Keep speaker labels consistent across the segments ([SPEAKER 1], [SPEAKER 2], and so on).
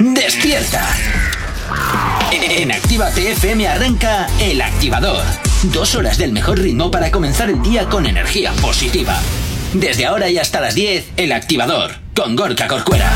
[SPEAKER 1] Despierta. En Activa TFM arranca El Activador. Dos horas del mejor ritmo para comenzar el día con energía positiva. Desde ahora y hasta las 10, El Activador, con Gorka Corcuera.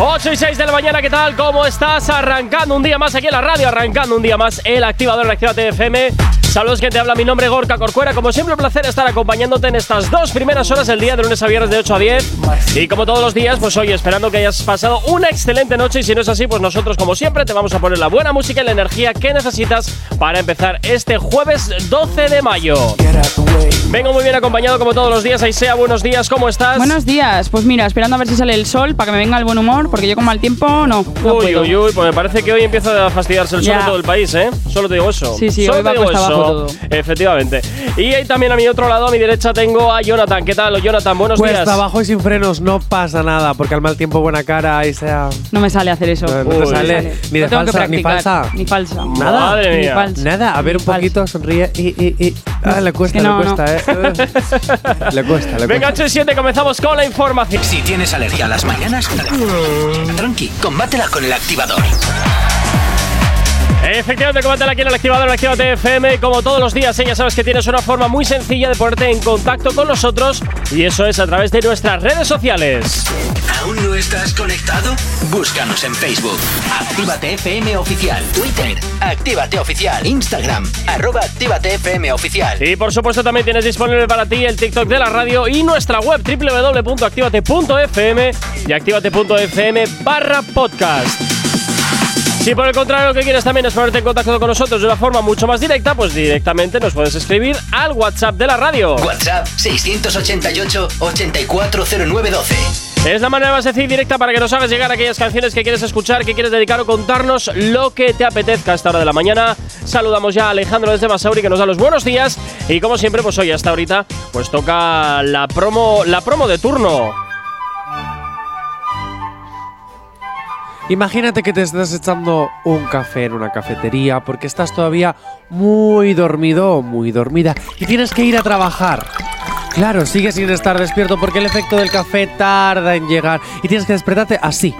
[SPEAKER 2] 8 y 6 de la mañana, ¿qué tal? ¿Cómo estás? Arrancando un día más aquí en la radio, arrancando un día más el activador en Activate FM. Saludos, que te habla mi nombre, Gorka Corcuera. Como siempre, un placer estar acompañándote en estas dos primeras horas del día, de lunes a viernes de 8 a 10. Y como todos los días, pues hoy esperando que hayas pasado una excelente noche. Y si no es así, pues nosotros, como siempre, te vamos a poner la buena música y la energía que necesitas para empezar este jueves 12 de mayo. Vengo muy bien acompañado, como todos los días. Aisea, buenos días, ¿cómo estás?
[SPEAKER 3] Buenos días, pues mira, esperando a ver si sale el sol para que me venga el buen humor, porque yo con mal tiempo no. Ah, no
[SPEAKER 2] Uy,
[SPEAKER 3] puedo.
[SPEAKER 2] uy, uy, pues me parece que hoy empieza a fastidiarse el sol
[SPEAKER 3] Ya.
[SPEAKER 2] en todo el país, ¿eh? Solo te digo eso.
[SPEAKER 3] Sí, sí,
[SPEAKER 2] Solo
[SPEAKER 3] hoy
[SPEAKER 2] te
[SPEAKER 3] va
[SPEAKER 2] digo
[SPEAKER 3] cuesta
[SPEAKER 2] eso.
[SPEAKER 3] abajo todo.
[SPEAKER 2] Efectivamente. Y ahí también a mi otro lado, a mi derecha, tengo a Jonathan. ¿Qué tal, Jonathan? Buenos
[SPEAKER 4] Pues
[SPEAKER 2] días.
[SPEAKER 4] trabajo y sin frenos, no pasa nada, porque al mal tiempo buena cara y sea
[SPEAKER 3] No me sale hacer eso.
[SPEAKER 4] No, no
[SPEAKER 3] No
[SPEAKER 4] te
[SPEAKER 3] me
[SPEAKER 4] sale. Ni de
[SPEAKER 3] Lo tengo que
[SPEAKER 4] falsa, ni
[SPEAKER 3] practicar.
[SPEAKER 4] falsa.
[SPEAKER 3] Ni falsa.
[SPEAKER 4] nada.
[SPEAKER 2] Madre
[SPEAKER 3] Ni
[SPEAKER 2] mía.
[SPEAKER 3] falsa.
[SPEAKER 4] nada, a ver un poquito, sonríe y y y ah, le cuesta,
[SPEAKER 3] que no,
[SPEAKER 4] le cuesta, eh. le cuesta, le
[SPEAKER 2] Venga,
[SPEAKER 4] cuesta.
[SPEAKER 2] 8 y 7, comenzamos con la información.
[SPEAKER 1] Si tienes alergia a las mañanas, tranqui, combátela con el activador.
[SPEAKER 2] Efectivamente, coméntala aquí en el activador, en Activa TFM. Como todos los días, ¿eh? ya sabes que tienes una forma muy sencilla de ponerte en contacto con nosotros. Y eso es a través de nuestras redes sociales.
[SPEAKER 1] ¿Aún no estás conectado? Búscanos en Facebook. Actívate FM Oficial. Twitter. Actívate Oficial. Instagram. Arroba Actívate FM Oficial.
[SPEAKER 2] Y por supuesto también tienes disponible para ti el TikTok de la radio y nuestra web www.activate.fm y activate.fm barra podcast. Si por el contrario lo que quieres también es ponerte en contacto con nosotros de una forma mucho más directa, pues directamente nos puedes escribir al WhatsApp de la radio.
[SPEAKER 1] WhatsApp 688 840912.
[SPEAKER 2] Es la manera más sencilla y directa para que nos hagas llegar aquellas canciones que quieres escuchar, que quieres dedicar o contarnos lo que te apetezca a esta hora de la mañana. Saludamos ya a Alejandro desde Basauri que nos da los buenos días y como siempre pues hoy hasta ahorita pues toca la promo la promo de turno.
[SPEAKER 4] Imagínate que te estás echando un café en una cafetería porque estás todavía muy dormido o muy dormida y tienes que ir a trabajar. Claro, sigues sin estar despierto porque el efecto del café tarda en llegar y tienes que despertarte así.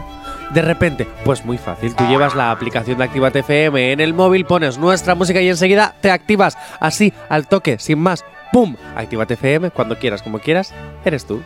[SPEAKER 4] De repente, pues muy fácil, tú llevas la aplicación de Actívate FM en el móvil, pones nuestra música y enseguida te activas, así, al toque, sin más. ¡Pum! Actívate FM cuando quieras, como quieras, eres tú.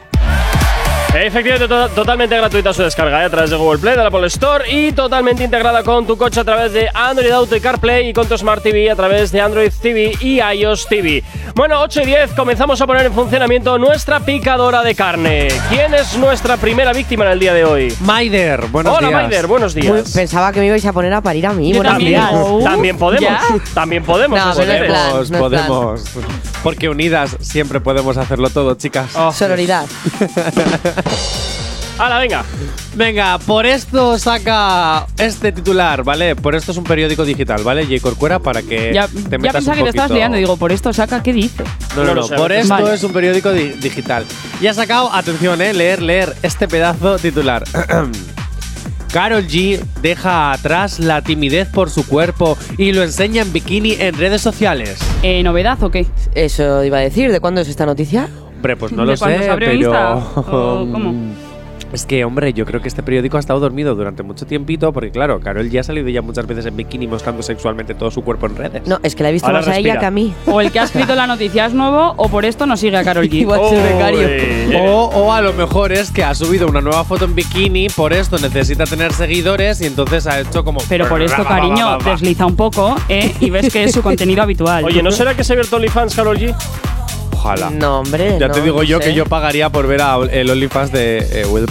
[SPEAKER 2] Efectivamente, to- totalmente gratuita su descarga ¿eh? a través de Google Play, de la Apple Store y totalmente integrada con tu coche a través de Android Auto y CarPlay y con tu Smart TV a través de Android TV y iOS TV. Bueno, 8 y 10 comenzamos a poner en funcionamiento nuestra picadora de carne. ¿Quién es nuestra primera víctima en el día de hoy?
[SPEAKER 4] Maider, buenos
[SPEAKER 2] Hola,
[SPEAKER 4] días.
[SPEAKER 2] Maider, buenos días.
[SPEAKER 5] Pensaba que me ibais a poner a parir a mí.
[SPEAKER 3] Yo
[SPEAKER 5] buenos
[SPEAKER 3] también.
[SPEAKER 5] días.
[SPEAKER 4] Uh.
[SPEAKER 3] Oh.
[SPEAKER 2] También podemos,
[SPEAKER 3] ¿Ya?
[SPEAKER 2] también podemos.
[SPEAKER 5] No,
[SPEAKER 2] eso
[SPEAKER 5] pero en
[SPEAKER 2] podemos.
[SPEAKER 5] plan-
[SPEAKER 4] Podemos,
[SPEAKER 5] no es
[SPEAKER 4] podemos. Porque unidas siempre podemos hacerlo todo, chicas.
[SPEAKER 2] Oh.
[SPEAKER 5] Sororidad.
[SPEAKER 2] Hala, venga.
[SPEAKER 4] Venga, por esto saca este titular, ¿vale? Por esto es un periódico digital, ¿vale? J. Corcuera, para
[SPEAKER 2] Eh,
[SPEAKER 4] que
[SPEAKER 3] Ya,
[SPEAKER 4] te
[SPEAKER 3] ya
[SPEAKER 4] metas
[SPEAKER 3] pensaba
[SPEAKER 4] un
[SPEAKER 3] que te estabas
[SPEAKER 4] poquito.
[SPEAKER 3] liando. Digo, por esto saca, ¿qué dice?
[SPEAKER 4] No,
[SPEAKER 2] No
[SPEAKER 4] no,
[SPEAKER 2] lo
[SPEAKER 4] no.
[SPEAKER 2] sé.
[SPEAKER 4] Por esto
[SPEAKER 3] Vale.
[SPEAKER 4] es un periódico di- digital. Y ha sacado, atención, eh, leer, leer este pedazo titular. Carol G deja atrás la timidez por su cuerpo y lo enseña en bikini en redes sociales.
[SPEAKER 3] Eh, ¿Novedad o qué?
[SPEAKER 5] Eso iba a decir. ¿De cuándo es esta noticia?
[SPEAKER 4] Hombre, pues no
[SPEAKER 3] ¿De
[SPEAKER 4] lo
[SPEAKER 3] cuándo
[SPEAKER 4] sé,
[SPEAKER 3] se abrió
[SPEAKER 4] pero
[SPEAKER 3] Insta? ¿O cómo?
[SPEAKER 4] Es que, hombre, yo creo que este periódico ha estado dormido durante mucho tiempito porque, claro, Carol ya ha salido ya muchas veces en bikini mostrando sexualmente todo su cuerpo en redes.
[SPEAKER 5] No, es que la he visto
[SPEAKER 2] Ahora
[SPEAKER 5] más a
[SPEAKER 2] respira.
[SPEAKER 5] ella que a mí.
[SPEAKER 3] O el que ha escrito la noticia es nuevo, o por esto no sigue a Carol G.
[SPEAKER 5] Igual soy becario.
[SPEAKER 2] Uy.
[SPEAKER 4] O, o a lo mejor es que ha subido una nueva foto en bikini, por esto necesita tener seguidores y entonces ha hecho como.
[SPEAKER 3] Pero por esto, cariño, desliza un poco ¿eh? y ves que es su contenido habitual.
[SPEAKER 2] Oye, ¿no será que se ha abierto OnlyFans, Carol G?
[SPEAKER 4] Ojalá.
[SPEAKER 5] No, hombre.
[SPEAKER 4] ya
[SPEAKER 5] no,
[SPEAKER 4] te digo
[SPEAKER 5] no
[SPEAKER 4] yo
[SPEAKER 5] sé.
[SPEAKER 4] que yo pagaría por ver a el OnlyFans de. eh, Will-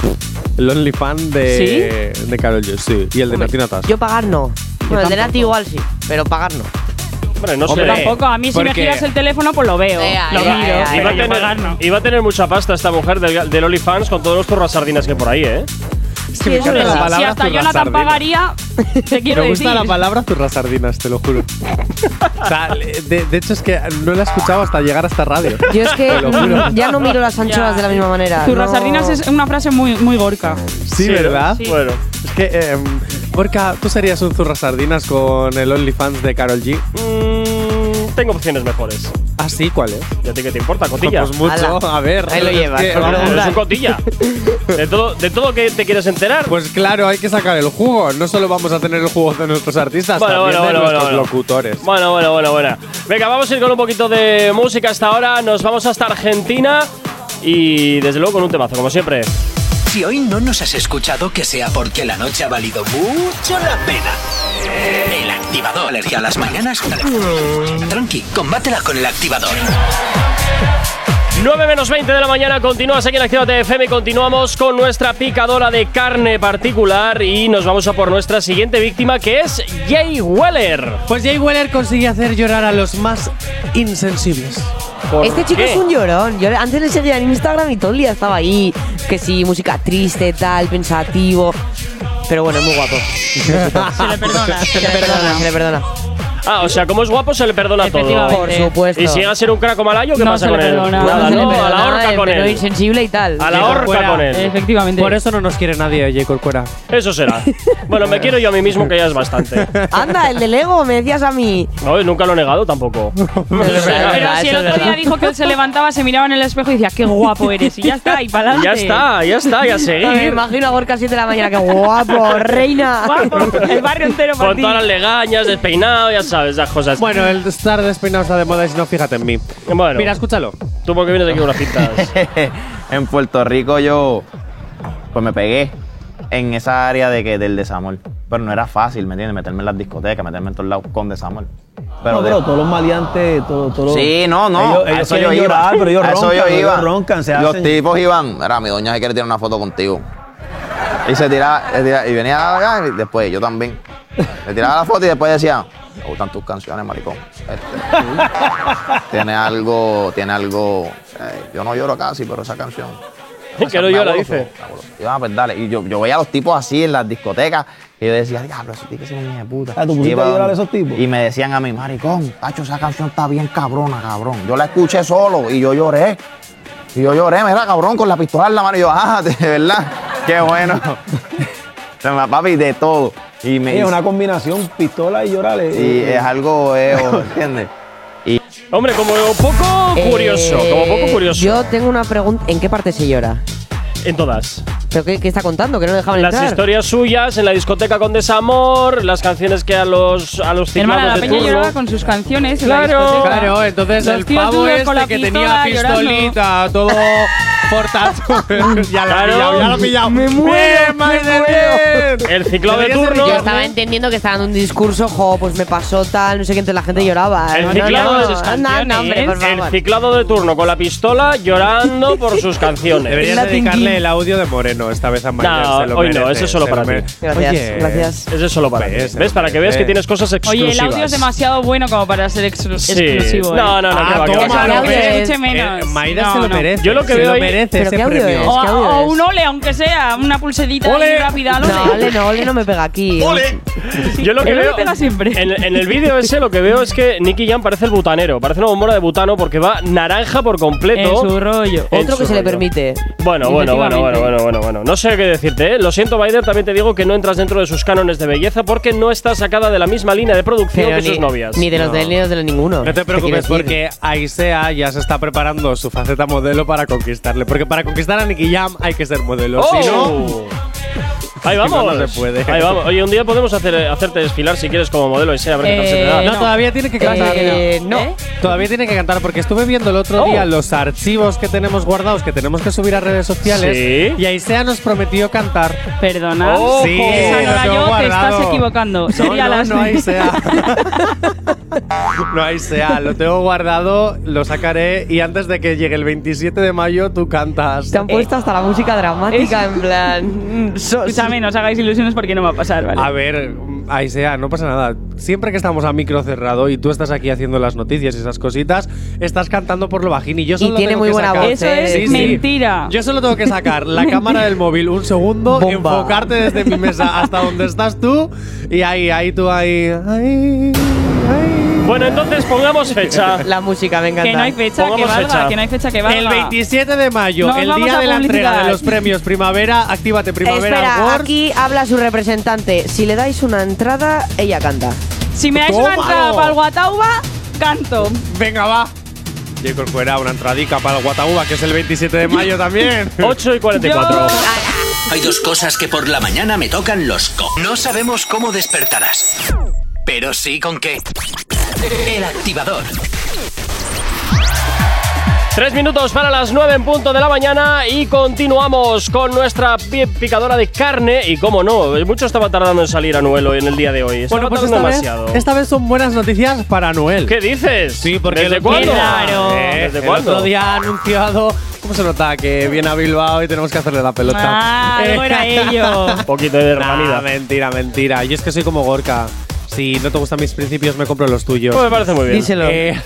[SPEAKER 4] el OnlyFans de. De Carol G, sí. Y el de
[SPEAKER 5] Hombre,
[SPEAKER 4] Natina Tass.
[SPEAKER 5] Yo pagar no. Bueno, el de Nati igual sí, pero pagar no.
[SPEAKER 2] Hombre, no
[SPEAKER 4] Hombre,
[SPEAKER 2] sé.
[SPEAKER 3] Tampoco, a mí si me
[SPEAKER 4] porque-
[SPEAKER 3] giras el teléfono, pues lo veo.
[SPEAKER 5] Ea,
[SPEAKER 3] lo
[SPEAKER 5] ea,
[SPEAKER 3] miro.
[SPEAKER 5] ea,
[SPEAKER 3] pero
[SPEAKER 2] Iba a,
[SPEAKER 3] yo pagar
[SPEAKER 2] tener,
[SPEAKER 3] no.
[SPEAKER 2] iba a tener mucha pasta esta mujer del, del OnlyFans con todos los turras sardinas que hay por ahí, ¿eh?
[SPEAKER 4] Es que me
[SPEAKER 3] Si
[SPEAKER 4] encanta la palabra
[SPEAKER 3] hasta
[SPEAKER 4] zurra
[SPEAKER 3] Jonathan
[SPEAKER 4] sardina.
[SPEAKER 3] pagaría, te quiero
[SPEAKER 4] Me gusta
[SPEAKER 3] decir.
[SPEAKER 4] la palabra zurra sardinas, te lo juro. O sea, le- de, de hecho, es que no la he escuchado hasta llegar a esta radio.
[SPEAKER 5] Yo es que
[SPEAKER 4] Te lo juro.
[SPEAKER 5] ya no miro las anchoas
[SPEAKER 3] Ya.
[SPEAKER 5] de la misma manera.
[SPEAKER 3] Zurras
[SPEAKER 5] no.
[SPEAKER 3] sardinas es una frase muy, muy gorca.
[SPEAKER 4] Sí, ¿verdad?
[SPEAKER 3] Sí.
[SPEAKER 2] Bueno.
[SPEAKER 4] Es que, eh, Gorka, ¿tú serías un zurra sardinas con el OnlyFans de Carol G?
[SPEAKER 2] Mm, tengo opciones mejores.
[SPEAKER 4] Ah, sí, ¿cuál es?
[SPEAKER 2] ¿Y a ti qué te importa, cotilla?
[SPEAKER 4] Pues mucho,
[SPEAKER 5] Ala.
[SPEAKER 4] a ver.
[SPEAKER 5] Ahí lo
[SPEAKER 4] es
[SPEAKER 5] llevas,
[SPEAKER 4] que-
[SPEAKER 5] por
[SPEAKER 2] Pero eres
[SPEAKER 5] preguntar.
[SPEAKER 2] un cotilla. De todo, de todo que te quieres enterar.
[SPEAKER 4] Pues claro, hay que sacar el jugo. No solo vamos a tener el jugo de nuestros artistas,
[SPEAKER 2] Bueno, bueno,
[SPEAKER 4] también de
[SPEAKER 2] bueno,
[SPEAKER 4] nuestros
[SPEAKER 2] bueno, bueno.
[SPEAKER 4] locutores.
[SPEAKER 2] Bueno, bueno, bueno, bueno. Venga, vamos a ir con un poquito de música hasta ahora. Nos vamos hasta Argentina y desde luego con un temazo, como siempre.
[SPEAKER 1] Si hoy no nos has escuchado, que sea porque la noche ha valido mucho la pena. El activador. Alergia a las mañanas. Tranqui, combátela con el activador.
[SPEAKER 2] 9 menos 20 de la mañana, continúas aquí en Activa TFM y continuamos con nuestra picadora de carne particular y nos vamos a por nuestra siguiente víctima que es Jay Weller.
[SPEAKER 4] Pues Jay Weller consigue hacer llorar a los más insensibles.
[SPEAKER 2] ¿Por
[SPEAKER 5] Este chico
[SPEAKER 2] qué?
[SPEAKER 5] es un llorón. Yo antes le seguía en Instagram y todo el día estaba ahí. Que sí, música triste, tal, pensativo. Pero bueno, es muy guapo.
[SPEAKER 3] Se le perdona. Se le perdona.
[SPEAKER 5] Se le perdona.
[SPEAKER 2] Ah, o sea, como es guapo se le perdona todo.
[SPEAKER 3] Efectivamente.
[SPEAKER 5] Por supuesto.
[SPEAKER 2] Y si llega a ser un craco malayo, ¿qué
[SPEAKER 3] No
[SPEAKER 2] pasa
[SPEAKER 3] se le
[SPEAKER 2] con él?
[SPEAKER 3] perdona.
[SPEAKER 2] Nada,
[SPEAKER 3] No se le
[SPEAKER 2] no, a la
[SPEAKER 5] perdona,
[SPEAKER 2] horca
[SPEAKER 5] eh,
[SPEAKER 2] con
[SPEAKER 5] pero
[SPEAKER 2] él.
[SPEAKER 5] insensible y tal.
[SPEAKER 2] A la
[SPEAKER 5] Pero
[SPEAKER 2] horca
[SPEAKER 5] fuera.
[SPEAKER 2] con él.
[SPEAKER 3] Efectivamente.
[SPEAKER 4] Por eso no nos quiere nadie, Jay Corcuera.
[SPEAKER 2] Eso será. Bueno, me quiero yo a mí mismo, que ya es bastante.
[SPEAKER 5] Anda, el de Lego, me decías a mí.
[SPEAKER 2] No, nunca lo he negado tampoco.
[SPEAKER 5] Pero
[SPEAKER 2] será.
[SPEAKER 3] Pero si el otro día dijo que él se levantaba, se miraba en el espejo y decía, qué guapo eres. Y ya está, y para
[SPEAKER 2] Y
[SPEAKER 3] adelante.
[SPEAKER 2] Ya está, ya está, ya
[SPEAKER 5] Me
[SPEAKER 2] seguir.
[SPEAKER 5] imagino a Gorka a 7 de la mañana. ¡Qué guapo, reina!
[SPEAKER 3] Guapo, el barrio entero para
[SPEAKER 2] Con
[SPEAKER 3] ti.
[SPEAKER 2] todas las legañas, despeinado, ya sabes, las cosas.
[SPEAKER 4] Bueno, el estar despeinado está de moda y si no, fíjate en mí.
[SPEAKER 2] Bueno,
[SPEAKER 4] Mira, escúchalo.
[SPEAKER 2] tú porque vienes aquí con unas pintas.
[SPEAKER 6] en Puerto Rico yo pues me pegué en esa área de que del desamor. Pero no era fácil, ¿me entiendes? Meterme en las discotecas, meterme en todos lados con desamor. Pero,
[SPEAKER 7] No,
[SPEAKER 6] de-
[SPEAKER 7] pero todos los maleantes, todos, todos los-
[SPEAKER 6] Sí, no, no.
[SPEAKER 7] Ellos, ellos quieren llorar, pero ellos
[SPEAKER 6] A eso
[SPEAKER 7] roncan.
[SPEAKER 6] yo
[SPEAKER 7] ellos
[SPEAKER 6] iba.
[SPEAKER 7] roncan, se
[SPEAKER 6] Los
[SPEAKER 7] hacen-
[SPEAKER 6] tipos iban, mira, mi doña se quiere tirar una foto contigo. Y se tiraba, se tiraba- y venía acá, y después yo también. Le tiraba la foto y después decía, me gustan tus canciones, maricón. Este, tiene algo, tiene algo. eh, yo no lloro casi, pero esa canción.
[SPEAKER 2] que no
[SPEAKER 6] me
[SPEAKER 2] llora,
[SPEAKER 6] aborto,
[SPEAKER 2] dice.
[SPEAKER 6] me aborto. Y yo, ah, pues dale. Y yo, yo veía a los tipos así en las discotecas. Y yo decía, diablo, esos tipos son hija de puta.
[SPEAKER 7] Ah, ¿tú pusiste
[SPEAKER 6] Iban-
[SPEAKER 7] a llorar a esos tipos?
[SPEAKER 6] Y me decían a mí, maricón, tacho, esa canción está bien cabrona, cabrón. Yo la escuché solo y yo lloré. Y yo lloré, mira, cabrón, con la pistola en la mano. Y yo, ah, de verdad, qué bueno. Se me papi de todo. Y me
[SPEAKER 7] Sí, Es una combinación pistola y llorar. eh,
[SPEAKER 6] y
[SPEAKER 7] eh,
[SPEAKER 6] es algo, eh, o- ¿entiendes?
[SPEAKER 2] Hombre, como poco curioso,
[SPEAKER 5] Eh,
[SPEAKER 2] como poco curioso.
[SPEAKER 5] Yo tengo una pregunta. ¿En qué parte se llora?
[SPEAKER 2] En todas.
[SPEAKER 5] ¿Pero qué, qué está contando? Que no dejaban
[SPEAKER 2] Las
[SPEAKER 5] entrar.
[SPEAKER 2] historias suyas en la discoteca con desamor, las canciones que a los, a los ciclados
[SPEAKER 3] Hermana, la
[SPEAKER 2] de
[SPEAKER 3] peña
[SPEAKER 2] turno.
[SPEAKER 3] lloraba con sus canciones. en
[SPEAKER 2] Claro.
[SPEAKER 3] la discoteca.
[SPEAKER 4] Claro, entonces
[SPEAKER 3] Los
[SPEAKER 4] el
[SPEAKER 3] tíos
[SPEAKER 4] pavo
[SPEAKER 3] duros
[SPEAKER 4] este
[SPEAKER 3] con la
[SPEAKER 4] que tenía
[SPEAKER 3] pistola
[SPEAKER 4] pistolita, todo portazo. ya la ha
[SPEAKER 2] Claro.
[SPEAKER 4] pillado, ya la ha pillado.
[SPEAKER 3] Me muero,
[SPEAKER 4] Bien,
[SPEAKER 3] me
[SPEAKER 4] Maiden,
[SPEAKER 3] muero.
[SPEAKER 4] bien.
[SPEAKER 2] El ciclado de
[SPEAKER 4] Debería ser
[SPEAKER 2] turno.
[SPEAKER 5] Yo estaba entendiendo que estaba dando un discurso, jo, pues me pasó tal, no sé qué, entonces la gente lloraba.
[SPEAKER 2] El
[SPEAKER 5] No,
[SPEAKER 2] ciclado
[SPEAKER 5] no,
[SPEAKER 2] de
[SPEAKER 5] no,
[SPEAKER 2] sus
[SPEAKER 5] no, no,
[SPEAKER 2] canciones.
[SPEAKER 5] hombre, por
[SPEAKER 2] el
[SPEAKER 5] favor.
[SPEAKER 2] ciclado de turno con la pistola llorando por sus canciones.
[SPEAKER 4] Deberías
[SPEAKER 5] Latin
[SPEAKER 4] dedicarle
[SPEAKER 5] King.
[SPEAKER 4] el audio de Moreno esta vez a Maiden.
[SPEAKER 2] No,
[SPEAKER 4] se lo
[SPEAKER 2] hoy no,
[SPEAKER 4] merece,
[SPEAKER 2] eso es solo
[SPEAKER 4] se lo
[SPEAKER 2] para ti.
[SPEAKER 4] merece.
[SPEAKER 5] Gracias,
[SPEAKER 4] Oye,
[SPEAKER 5] gracias.
[SPEAKER 2] Ese es solo para ti.
[SPEAKER 4] Ves,
[SPEAKER 2] ¿Ves? Para que veas
[SPEAKER 4] ves.
[SPEAKER 5] Eh.
[SPEAKER 2] que tienes cosas
[SPEAKER 3] Oye,
[SPEAKER 2] exclusivas.
[SPEAKER 3] el audio es demasiado bueno como para ser exclu-
[SPEAKER 2] Sí.
[SPEAKER 3] exclusivo.
[SPEAKER 2] No, no,
[SPEAKER 3] ¿eh?
[SPEAKER 2] no,
[SPEAKER 4] Ah,
[SPEAKER 2] que va, que va,
[SPEAKER 4] toma,
[SPEAKER 2] que va.
[SPEAKER 5] lo
[SPEAKER 4] ¿no
[SPEAKER 5] que
[SPEAKER 4] ves?
[SPEAKER 3] escuche menos.
[SPEAKER 4] Eh, Maida
[SPEAKER 3] No,
[SPEAKER 4] se lo
[SPEAKER 3] no.
[SPEAKER 4] merece.
[SPEAKER 2] Yo lo que
[SPEAKER 4] se
[SPEAKER 2] veo
[SPEAKER 4] lo
[SPEAKER 2] ahí-
[SPEAKER 4] merece
[SPEAKER 5] ¿Pero
[SPEAKER 4] ese
[SPEAKER 5] qué audio
[SPEAKER 4] premio.
[SPEAKER 5] es?
[SPEAKER 3] O,
[SPEAKER 5] que
[SPEAKER 3] o
[SPEAKER 5] audio
[SPEAKER 3] un ole, aunque sea, una pulserita
[SPEAKER 4] Ole.
[SPEAKER 3] ahí rápida. al ole.
[SPEAKER 5] No, ole, no, ole, no me pega aquí.
[SPEAKER 2] Yo lo que
[SPEAKER 3] Él me
[SPEAKER 2] veo.
[SPEAKER 3] pega siempre.
[SPEAKER 2] En, en el vídeo ese lo que veo es que Nicky Jam parece el butanero. Parece una bombona de butano porque va naranja por
[SPEAKER 3] En
[SPEAKER 2] completo.
[SPEAKER 3] su rollo.
[SPEAKER 2] En
[SPEAKER 5] Otro
[SPEAKER 2] su
[SPEAKER 5] que se le
[SPEAKER 2] rollo.
[SPEAKER 5] permite.
[SPEAKER 2] Bueno, bueno, bueno, bueno,
[SPEAKER 3] Efectivamente.
[SPEAKER 2] bueno, bueno, bueno. No sé qué decirte, ¿eh? Lo siento, Biden, también te digo que no entras dentro de sus cánones de belleza porque no está sacada de la misma línea de producción
[SPEAKER 5] Pero
[SPEAKER 2] que sus novias.
[SPEAKER 5] ni de los de él ni de los de ninguno.
[SPEAKER 4] No te
[SPEAKER 5] quiero
[SPEAKER 4] preocupes
[SPEAKER 5] decir.
[SPEAKER 4] porque Aisea ya se está preparando su faceta modelo para conquistarle. Porque para conquistar a Nicky Jam hay que ser modelo.
[SPEAKER 2] ¡Oh!
[SPEAKER 4] Si no,
[SPEAKER 2] Ahí
[SPEAKER 4] no,
[SPEAKER 2] vamos.
[SPEAKER 4] no se puede.
[SPEAKER 2] Ahí vamos. Oye, un día podemos hacer, eh, hacerte desfilar si quieres como modelo y sea, a ver qué tal se te da.
[SPEAKER 3] Eh,
[SPEAKER 4] no,
[SPEAKER 3] no.
[SPEAKER 4] todavía tiene que cantar.
[SPEAKER 5] Eh, no.
[SPEAKER 3] ¿Eh?
[SPEAKER 4] Ah, Todavía tiene que cantar porque estuve viendo el otro
[SPEAKER 2] Oh.
[SPEAKER 4] día los archivos que tenemos guardados que tenemos que subir a redes sociales.
[SPEAKER 2] Sí.
[SPEAKER 4] Y Aisea nos prometió cantar.
[SPEAKER 3] Perdona.
[SPEAKER 2] Oh,
[SPEAKER 4] Sí,
[SPEAKER 3] Esa no
[SPEAKER 4] lo
[SPEAKER 3] era
[SPEAKER 4] tengo
[SPEAKER 3] yo, te
[SPEAKER 4] guardado.
[SPEAKER 3] estás equivocando.
[SPEAKER 4] No,
[SPEAKER 3] Sería
[SPEAKER 4] no,
[SPEAKER 3] las.
[SPEAKER 4] no hay sea. no hay sea. Lo tengo guardado, lo sacaré y antes de que llegue el 27 de mayo tú cantas.
[SPEAKER 5] Te han puesto hasta la música dramática, en plan. mm, so-
[SPEAKER 3] Escúchame, no os hagáis ilusiones porque no va a pasar, ¿vale?
[SPEAKER 4] A ver, ahí sea, no pasa nada. Siempre que estamos a micro cerrado y tú estás aquí haciendo las noticias y esas cositas, estás cantando por lo bajín y yo solo
[SPEAKER 5] tiene
[SPEAKER 4] tengo
[SPEAKER 5] muy
[SPEAKER 4] que
[SPEAKER 5] buena
[SPEAKER 4] sacar-
[SPEAKER 5] voz,
[SPEAKER 3] Eso ¿eh? es
[SPEAKER 5] Sí, sí.
[SPEAKER 3] mentira.
[SPEAKER 4] Yo solo tengo que sacar la cámara del móvil un segundo,
[SPEAKER 5] Bomba.
[SPEAKER 4] enfocarte desde mi mesa hasta donde estás tú y ahí, ahí tú ahí, ahí, ahí.
[SPEAKER 2] Bueno, entonces pongamos fecha.
[SPEAKER 5] La música, me encanta.
[SPEAKER 3] Que no hay fecha que
[SPEAKER 2] Pongamos
[SPEAKER 3] valga,
[SPEAKER 2] fecha.
[SPEAKER 3] que no hay fecha que valga.
[SPEAKER 4] El 27 de mayo,
[SPEAKER 3] Nos
[SPEAKER 4] el
[SPEAKER 3] vamos
[SPEAKER 4] día
[SPEAKER 3] a
[SPEAKER 4] de la entrega
[SPEAKER 3] publicidad.
[SPEAKER 4] de los premios Primavera, Actívate Primavera
[SPEAKER 5] Espera,
[SPEAKER 4] Awards.
[SPEAKER 5] aquí habla su representante. Si le dais una entrada, ella canta.
[SPEAKER 3] Si me dais una
[SPEAKER 4] Tómalo.
[SPEAKER 3] entrada para el Guatauba, canto.
[SPEAKER 4] Venga, va. Diego Corcuera, una entradica para el Guataúba, que es el 27 de mayo también.
[SPEAKER 2] 8 y 44.
[SPEAKER 1] Hay dos cosas que por la mañana me tocan los co. No sabemos cómo despertarás, pero sí con qué. El activador.
[SPEAKER 2] Tres minutos para las 9 en punto de la mañana y continuamos con nuestra pi- picadora de carne. Y cómo no, mucho estaba tardando en salir Anuelo en el día de hoy. Estaba
[SPEAKER 4] Bueno, pues esta
[SPEAKER 2] tardando
[SPEAKER 4] vez,
[SPEAKER 2] demasiado.
[SPEAKER 4] esta vez son buenas noticias para Noel.
[SPEAKER 2] ¿Qué dices?
[SPEAKER 4] Sí, porque
[SPEAKER 2] ¿Desde
[SPEAKER 4] el otro
[SPEAKER 2] cuándo?
[SPEAKER 4] día-
[SPEAKER 2] Claro.
[SPEAKER 4] Eh,
[SPEAKER 2] ¿Desde
[SPEAKER 4] el
[SPEAKER 2] cuándo?
[SPEAKER 4] otro día ha anunciado. ¿Cómo se nota que viene a Bilbao y tenemos que hacerle la pelota?
[SPEAKER 3] Ah, algo era ello.
[SPEAKER 2] Un poquito de
[SPEAKER 4] Nah,
[SPEAKER 2] hermanidad.
[SPEAKER 4] mentira, mentira. Yo es que soy como Gorka. Si no te gustan mis principios, me compro los tuyos.
[SPEAKER 2] Pues me parece muy bien.
[SPEAKER 5] Díselo.
[SPEAKER 4] Eh,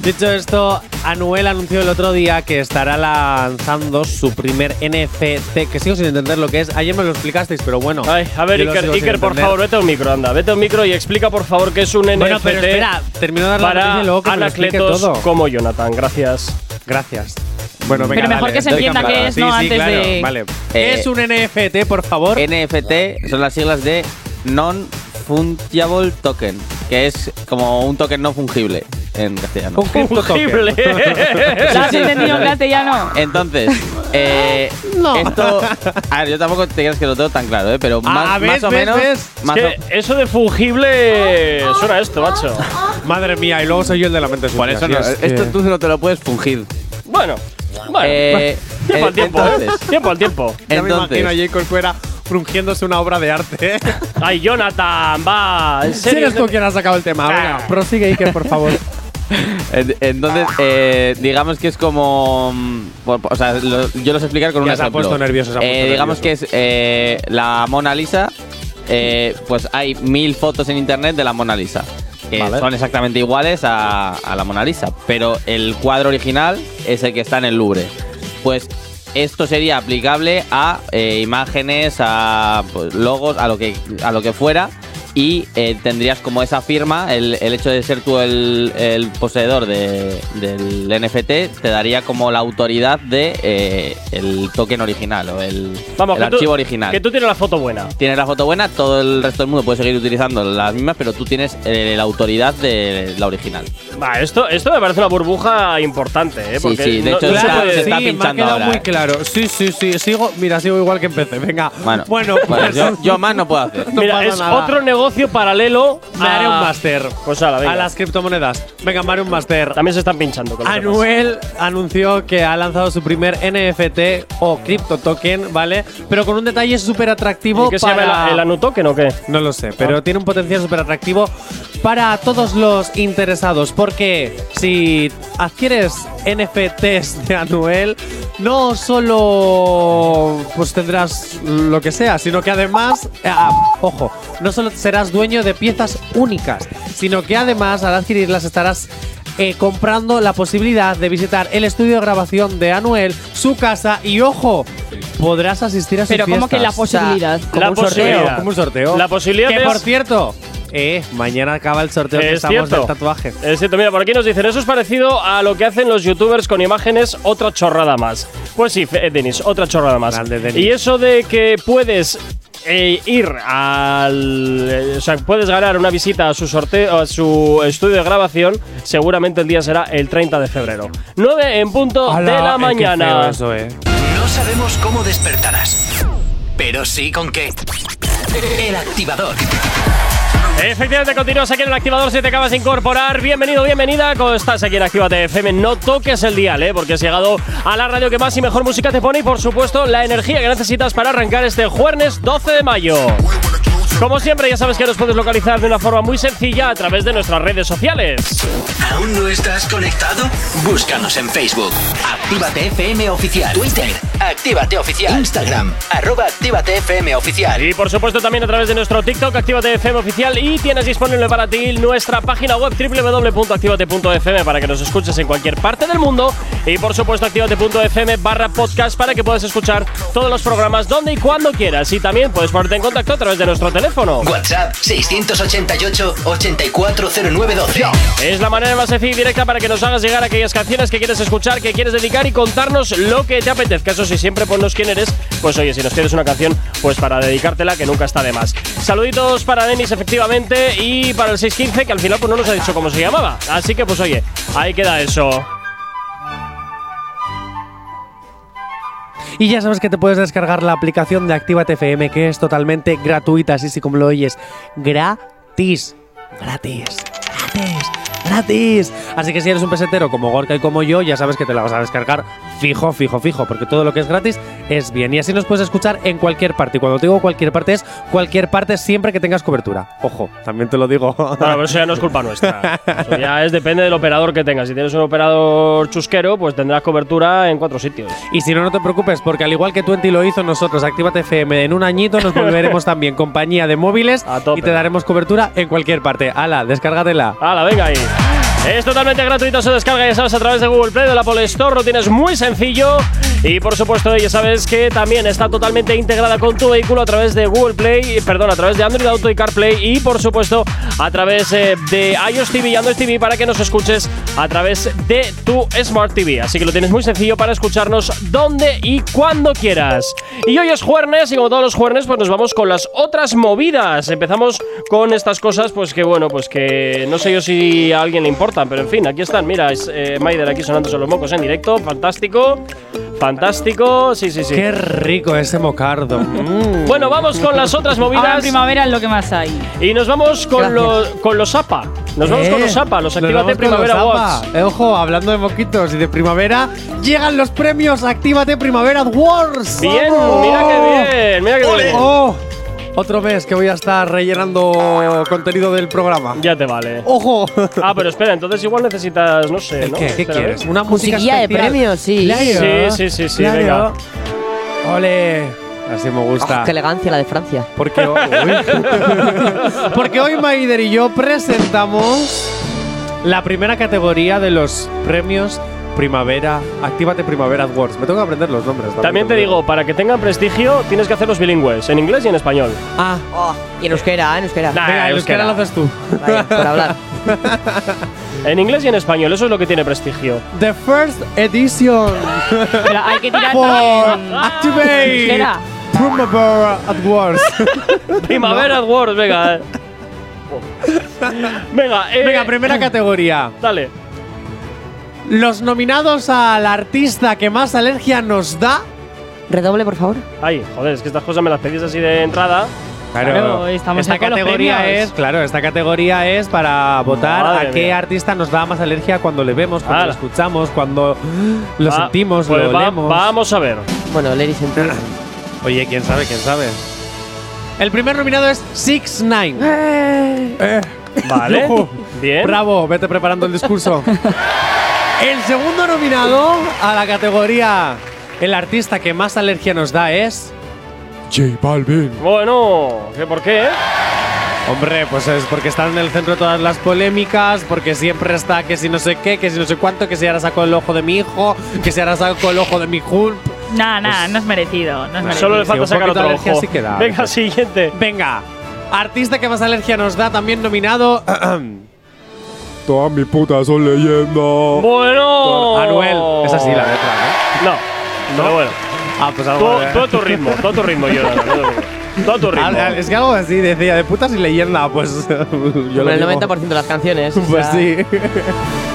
[SPEAKER 4] Dicho esto, Anuel anunció el otro día que estará lanzando su primer NFT, que sigo sin entender lo que es. Ayer me lo explicasteis, pero bueno.
[SPEAKER 2] Ay, a ver,
[SPEAKER 4] yo lo
[SPEAKER 2] Iker,
[SPEAKER 4] sigo sin
[SPEAKER 2] Iker, por
[SPEAKER 4] entender.
[SPEAKER 2] favor, vete a un micro, anda. Vete a un micro y explica, por favor, qué es un NFT
[SPEAKER 4] Bueno, pero espera, termino de dar la noticia
[SPEAKER 2] para
[SPEAKER 4] y luego que me lo explique
[SPEAKER 2] anacletos
[SPEAKER 4] todo.
[SPEAKER 2] como Jonathan. Gracias.
[SPEAKER 4] Gracias. Bueno,
[SPEAKER 3] Pero mejor que se entienda qué es, ¿no? Antes de-
[SPEAKER 4] Vale.
[SPEAKER 8] Eh,
[SPEAKER 4] es un NFT, por favor?
[SPEAKER 8] NFT son las siglas de Non-Fungible Token, que es como un token no fungible en castellano.
[SPEAKER 2] Fungible.
[SPEAKER 3] ¿Lo has entendido en castellano?
[SPEAKER 8] Entonces, eh, esto. A ver, yo tampoco te creas que lo tengo tan claro, ¿eh? pero
[SPEAKER 4] Ah,
[SPEAKER 8] más,
[SPEAKER 4] ¿ves,
[SPEAKER 8] más o
[SPEAKER 4] ves,
[SPEAKER 8] menos.
[SPEAKER 4] ves?
[SPEAKER 8] más
[SPEAKER 2] Que
[SPEAKER 8] o-
[SPEAKER 2] Eh, eso de fungible suena a esto, macho.
[SPEAKER 4] Madre mía, y luego soy yo el de la mente sucia.
[SPEAKER 8] Por eso no,
[SPEAKER 4] Así es
[SPEAKER 8] esto
[SPEAKER 4] que-
[SPEAKER 8] tú no te lo puedes fungir.
[SPEAKER 2] Bueno, bueno.
[SPEAKER 8] Eh,
[SPEAKER 2] tiempo
[SPEAKER 8] eh,
[SPEAKER 2] al tiempo. ¿eh?
[SPEAKER 8] entonces-
[SPEAKER 2] Tiempo al tiempo.
[SPEAKER 4] Ya me
[SPEAKER 8] Entonces,
[SPEAKER 4] imagino a Jacob fuera frungiéndose una obra de arte. ¿eh?
[SPEAKER 2] Ay, Jonathan, va. En
[SPEAKER 4] Si
[SPEAKER 2] serio.
[SPEAKER 4] eres tú quien ha sacado el tema. Venga, prosigue, Iker, por favor.
[SPEAKER 8] en- entonces eh, digamos que es como. mm, por- O sea, lo- yo lo sé explicar con
[SPEAKER 4] Ya
[SPEAKER 8] un
[SPEAKER 4] se ha
[SPEAKER 8] ejemplo.
[SPEAKER 4] puesto nervioso, se ha
[SPEAKER 8] Eh,
[SPEAKER 4] puesto
[SPEAKER 8] digamos
[SPEAKER 4] nervioso.
[SPEAKER 8] que es eh, la Mona Lisa. eh, pues hay mil fotos en internet de la Mona Lisa. Que
[SPEAKER 4] Vale.
[SPEAKER 8] son exactamente iguales a, a la Mona Lisa. Pero el cuadro original es el que está en el Louvre. Pues esto sería aplicable a eh, imágenes, a pues, logos, a lo que, a lo que fuera. Y eh, tendrías como esa firma, el, el hecho de ser tú el, el poseedor de- del NFT, te daría como la autoridad de eh, el token original o el,
[SPEAKER 2] Vamos,
[SPEAKER 8] el
[SPEAKER 2] que tú-
[SPEAKER 8] archivo original.
[SPEAKER 2] Que tú tienes la foto buena.
[SPEAKER 8] Tienes la foto buena, todo el resto del mundo puede seguir utilizando las mismas, pero tú tienes eh, la autoridad de la original.
[SPEAKER 2] Va, esto, esto me parece una burbuja importante, ¿eh?
[SPEAKER 8] Sí,
[SPEAKER 2] Porque
[SPEAKER 8] sí, de
[SPEAKER 2] no-
[SPEAKER 8] hecho
[SPEAKER 2] no se
[SPEAKER 8] está-
[SPEAKER 2] puede-
[SPEAKER 8] se está
[SPEAKER 4] sí, me ha
[SPEAKER 8] pinchando
[SPEAKER 4] quedado
[SPEAKER 8] ahora,
[SPEAKER 4] muy
[SPEAKER 8] eh.
[SPEAKER 4] claro. Sí, sí, sí. Sigo, mira, sigo igual que empecé. Venga.
[SPEAKER 8] Bueno,
[SPEAKER 4] pues-
[SPEAKER 8] yo, yo más no puedo hacer.
[SPEAKER 4] no
[SPEAKER 2] Mira,
[SPEAKER 4] pasa
[SPEAKER 2] es
[SPEAKER 4] nada.
[SPEAKER 2] otro negocio paralelo.
[SPEAKER 4] Me haré
[SPEAKER 2] a-
[SPEAKER 4] un máster.
[SPEAKER 2] Pues ala, venga.
[SPEAKER 4] A las criptomonedas. Venga, me haré un máster.
[SPEAKER 2] También se están pinchando con los demás.
[SPEAKER 4] Anuel anunció que ha lanzado su primer NFT o cripto token, ¿vale? Pero con un detalle súper atractivo.
[SPEAKER 2] ¿Y qué se
[SPEAKER 4] para
[SPEAKER 2] llama el, el anutoken o qué?
[SPEAKER 4] No lo sé, pero tiene un potencial súper atractivo para todos los interesados. Porque si adquieres NFTs de Anuel, no solo pues tendrás lo que sea, sino que además, eh, ah, ojo, no solo serás dueño de piezas únicas, sino que además al adquirirlas estarás eh, comprando la posibilidad de visitar el estudio de grabación de Anuel, su casa y ojo, podrás asistir a sus
[SPEAKER 3] Pero como que la
[SPEAKER 4] fiestas.
[SPEAKER 3] posibilidad.
[SPEAKER 2] La
[SPEAKER 4] Como un sorteo,
[SPEAKER 2] posibilidad.
[SPEAKER 4] como un sorteo.
[SPEAKER 2] La posibilidad
[SPEAKER 4] Que
[SPEAKER 2] es-
[SPEAKER 4] por cierto, eh, mañana acaba el sorteo que
[SPEAKER 2] Es
[SPEAKER 4] estamos
[SPEAKER 2] cierto.
[SPEAKER 4] del tatuaje.
[SPEAKER 2] Es cierto, mira, por aquí nos dicen, eso es parecido a lo que hacen los youtubers con imágenes, otra chorrada más. Pues sí, Fe- eh, Denis, otra chorrada más.
[SPEAKER 4] Grande, Denis.
[SPEAKER 2] Y eso de que puedes eh, ir al... eh, o sea, puedes ganar una visita a su sorteo, a su estudio de grabación, seguramente el día será el 30 de febrero. 9 en punto de
[SPEAKER 4] eh,
[SPEAKER 2] la mañana.
[SPEAKER 1] No sabemos cómo despertarás, pero sí con qué. El activador.
[SPEAKER 2] Efectivamente, continúas aquí en el activador si te acabas de incorporar. Bienvenido, bienvenida. ¿Cómo estás aquí en Actívate FM? No toques el dial, ¿eh? porque has llegado a la radio que más y mejor música te pone y, por supuesto, la energía que necesitas para arrancar este jueves 12 de mayo. Como siempre, ya sabes que nos puedes localizar de una forma muy sencilla a través de nuestras redes sociales.
[SPEAKER 1] ¿Aún no estás conectado? Búscanos en Facebook. Actívate FM Oficial. Twitter. Actívate Oficial. Instagram. Arroba Actívate FM Oficial.
[SPEAKER 2] Y por supuesto también a través de nuestro TikTok Actívate FM oficial y tienes disponible para ti nuestra página web www.activate.fm para que nos escuches en cualquier parte del mundo y por supuesto activate.fm barra podcast para que puedas escuchar todos los programas donde y cuando quieras y también puedes ponerte en contacto a través de nuestro teléfono teléfono.
[SPEAKER 1] WhatsApp 688 840912.
[SPEAKER 2] Es la manera más sencilla y directa para que nos hagas llegar aquellas canciones que quieres escuchar, que quieres dedicar y contarnos lo que te apetezca. Eso sí, siempre ponnos quién eres. Pues oye, si nos quieres una canción, pues para dedicártela, que nunca está de más. Saluditos para Denis, efectivamente, y para el 615, que al final pues, no nos ha dicho cómo se llamaba. Así que pues oye, ahí queda eso.
[SPEAKER 4] Y ya sabes que te puedes descargar la aplicación de Activa FM, que es totalmente gratuita, así sí como lo oyes. Gratis. Gratis. Gratis. Gratis. Así que si eres un pesetero como Gorka y como yo, ya sabes que te la vas a descargar fijo, fijo, fijo, porque todo lo que es gratis es bien. Y así nos puedes escuchar en cualquier parte. Y cuando te digo cualquier parte es cualquier parte siempre que tengas cobertura. Ojo, también te lo digo.
[SPEAKER 2] Bueno, pero eso ya no es culpa nuestra. Eso ya es, depende del operador que tengas. Si tienes un operador chusquero, pues tendrás cobertura en cuatro sitios.
[SPEAKER 4] Y si no, no te preocupes, porque al igual que Twenty lo hizo nosotros, Actívate FM, en un añito nos volveremos también compañía de móviles
[SPEAKER 2] A tope. Ah,
[SPEAKER 4] y te daremos cobertura en cualquier parte. Ala, descárgatela.
[SPEAKER 2] ¡Hala, venga ahí! Es totalmente gratuito su descarga, ya sabes, a través de Google Play, de la Apple Store, lo tienes muy sencillo. Y por supuesto, ya sabes que también está totalmente integrada con tu vehículo a través de Google Play, eh, perdón, a través de Android Auto y CarPlay y por supuesto a través eh, de iOS TV y Android TV para que nos escuches a través de tu Smart TV. Así que lo tienes muy sencillo para escucharnos donde y cuando quieras. Y hoy es jueves y como todos los jueves, pues nos vamos con las otras movidas. Empezamos con estas cosas, pues que bueno, pues que no sé yo si a alguien le importan, pero en fin, aquí están. Mira, es eh, Maider aquí sonándose los mocos en directo. Fantástico. Fantástico. Sí, sí, sí.
[SPEAKER 4] Qué rico ese mocardo. Mm.
[SPEAKER 2] Bueno, vamos con las otras
[SPEAKER 3] Ahora en
[SPEAKER 2] movidas.
[SPEAKER 3] primavera es lo que más hay.
[SPEAKER 2] Y nos vamos con, los con los APA. Nos vamos
[SPEAKER 4] Eh,
[SPEAKER 2] con los APA, los
[SPEAKER 4] nos
[SPEAKER 2] Actívate
[SPEAKER 4] vamos con
[SPEAKER 2] Primavera
[SPEAKER 4] los
[SPEAKER 2] Awards.
[SPEAKER 4] APA. Eh, ojo, hablando de moquitos y de primavera, llegan los premios Actívate Primavera Awards.
[SPEAKER 2] Bien,
[SPEAKER 4] ¡Vamos!
[SPEAKER 2] mira qué bien, mira qué bien.
[SPEAKER 4] Oh, otro mes que voy a estar rellenando contenido del programa.
[SPEAKER 2] Ya te vale.
[SPEAKER 4] Ojo.
[SPEAKER 2] Ah, pero espera, entonces igual necesitas, no sé, ¿no?
[SPEAKER 4] ¿Qué, qué
[SPEAKER 2] Espera, a ver.
[SPEAKER 4] quieres? ¿Una música
[SPEAKER 5] Musiquilla de
[SPEAKER 4] especial?
[SPEAKER 5] premios, sí.
[SPEAKER 4] Claro.
[SPEAKER 2] Sí, sí, sí, sí, venga.
[SPEAKER 4] Ole. Así me gusta.
[SPEAKER 5] Ah, qué elegancia la de Francia.
[SPEAKER 4] Porque hoy, porque hoy Maider y yo presentamos la primera categoría de los premios Primavera, Actívate Primavera Awards. Me tengo que aprender los nombres.
[SPEAKER 2] También te digo, para que tengan prestigio, tienes que hacerlos bilingües, en inglés y en español.
[SPEAKER 4] Ah,
[SPEAKER 5] Oh, y en euskera, ¿eh? en euskera.
[SPEAKER 2] Nah,
[SPEAKER 4] venga,
[SPEAKER 2] ah, euskera.
[SPEAKER 4] los que ahora lo haces tú.
[SPEAKER 5] Vale, por hablar.
[SPEAKER 2] En inglés y en español, eso es lo que tiene prestigio.
[SPEAKER 4] The first edition
[SPEAKER 3] Pero hay que tirar
[SPEAKER 4] for
[SPEAKER 3] también.
[SPEAKER 4] Activate
[SPEAKER 3] Espera.
[SPEAKER 4] Primavera Awards.
[SPEAKER 2] Primavera Awards, venga. eh. venga, eh,
[SPEAKER 4] Venga, primera categoría.
[SPEAKER 2] Dale.
[SPEAKER 4] Los nominados al artista que más alergia nos da.
[SPEAKER 5] Redoble, por favor.
[SPEAKER 2] Ay, joder, es que estas cosas me las pedís así de entrada.
[SPEAKER 3] Claro, estamos
[SPEAKER 4] esta
[SPEAKER 3] ahí con los
[SPEAKER 4] categoría
[SPEAKER 3] premios.
[SPEAKER 4] es, claro, esta categoría es para votar
[SPEAKER 2] Madre
[SPEAKER 4] a qué
[SPEAKER 2] mía.
[SPEAKER 4] artista nos da más alergia cuando le vemos, cuando
[SPEAKER 2] Ala.
[SPEAKER 4] lo escuchamos, cuando lo
[SPEAKER 2] Ah,
[SPEAKER 4] sentimos,
[SPEAKER 2] pues
[SPEAKER 4] lo
[SPEAKER 2] va-
[SPEAKER 4] olemos.
[SPEAKER 2] Vamos a ver.
[SPEAKER 5] Bueno, ladies and gentlemen.
[SPEAKER 4] Oye, quién sabe, quién sabe. El primer nominado es Six Nine.
[SPEAKER 2] Vale. Bien.
[SPEAKER 4] Eh. Bravo, vete preparando el discurso. el segundo nominado a la categoría el artista que más alergia nos da es J Balvin.
[SPEAKER 2] Bueno, ¿qué por qué? eh?
[SPEAKER 4] Hombre, pues es porque están en el centro de todas las polémicas, porque siempre está que si no sé qué, que si no sé cuánto, que si ahora saco el ojo de mi hijo, que si ahora saco el ojo de mi culp.
[SPEAKER 3] Nah, nah, no es merecido. No es merecido.
[SPEAKER 2] Solo le
[SPEAKER 4] sí,
[SPEAKER 2] falta
[SPEAKER 4] un
[SPEAKER 2] sacar
[SPEAKER 4] poquito de
[SPEAKER 2] otro
[SPEAKER 4] alergia
[SPEAKER 2] ojo.
[SPEAKER 4] sí que da.
[SPEAKER 2] Venga, siguiente.
[SPEAKER 4] Venga, artista que más alergia nos da, también nominado. Todas mis putas son leyenda.
[SPEAKER 2] Bueno.
[SPEAKER 4] Oh, Anuel, es así la letra,
[SPEAKER 2] No, pero bueno.
[SPEAKER 4] ¿eh? Ah, pues
[SPEAKER 2] Tú,
[SPEAKER 4] algo. de-
[SPEAKER 2] tú a tu ritmo, todo tu ritmo, yo. Todo tu
[SPEAKER 4] Ah,
[SPEAKER 2] ritmo.
[SPEAKER 4] ah, es que algo así decía, de putas y leyenda, pues. yo
[SPEAKER 5] Con
[SPEAKER 4] lo
[SPEAKER 5] el
[SPEAKER 4] digo.
[SPEAKER 5] 90% de las canciones. o
[SPEAKER 4] Pues
[SPEAKER 5] sea,
[SPEAKER 4] sí.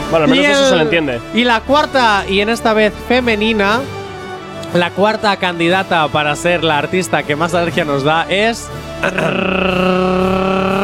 [SPEAKER 2] Bueno, al menos
[SPEAKER 4] Y
[SPEAKER 2] eso se
[SPEAKER 4] el-
[SPEAKER 2] le entiende.
[SPEAKER 4] Y la cuarta, y en esta vez femenina, la cuarta candidata para ser la artista que más alergia nos da es.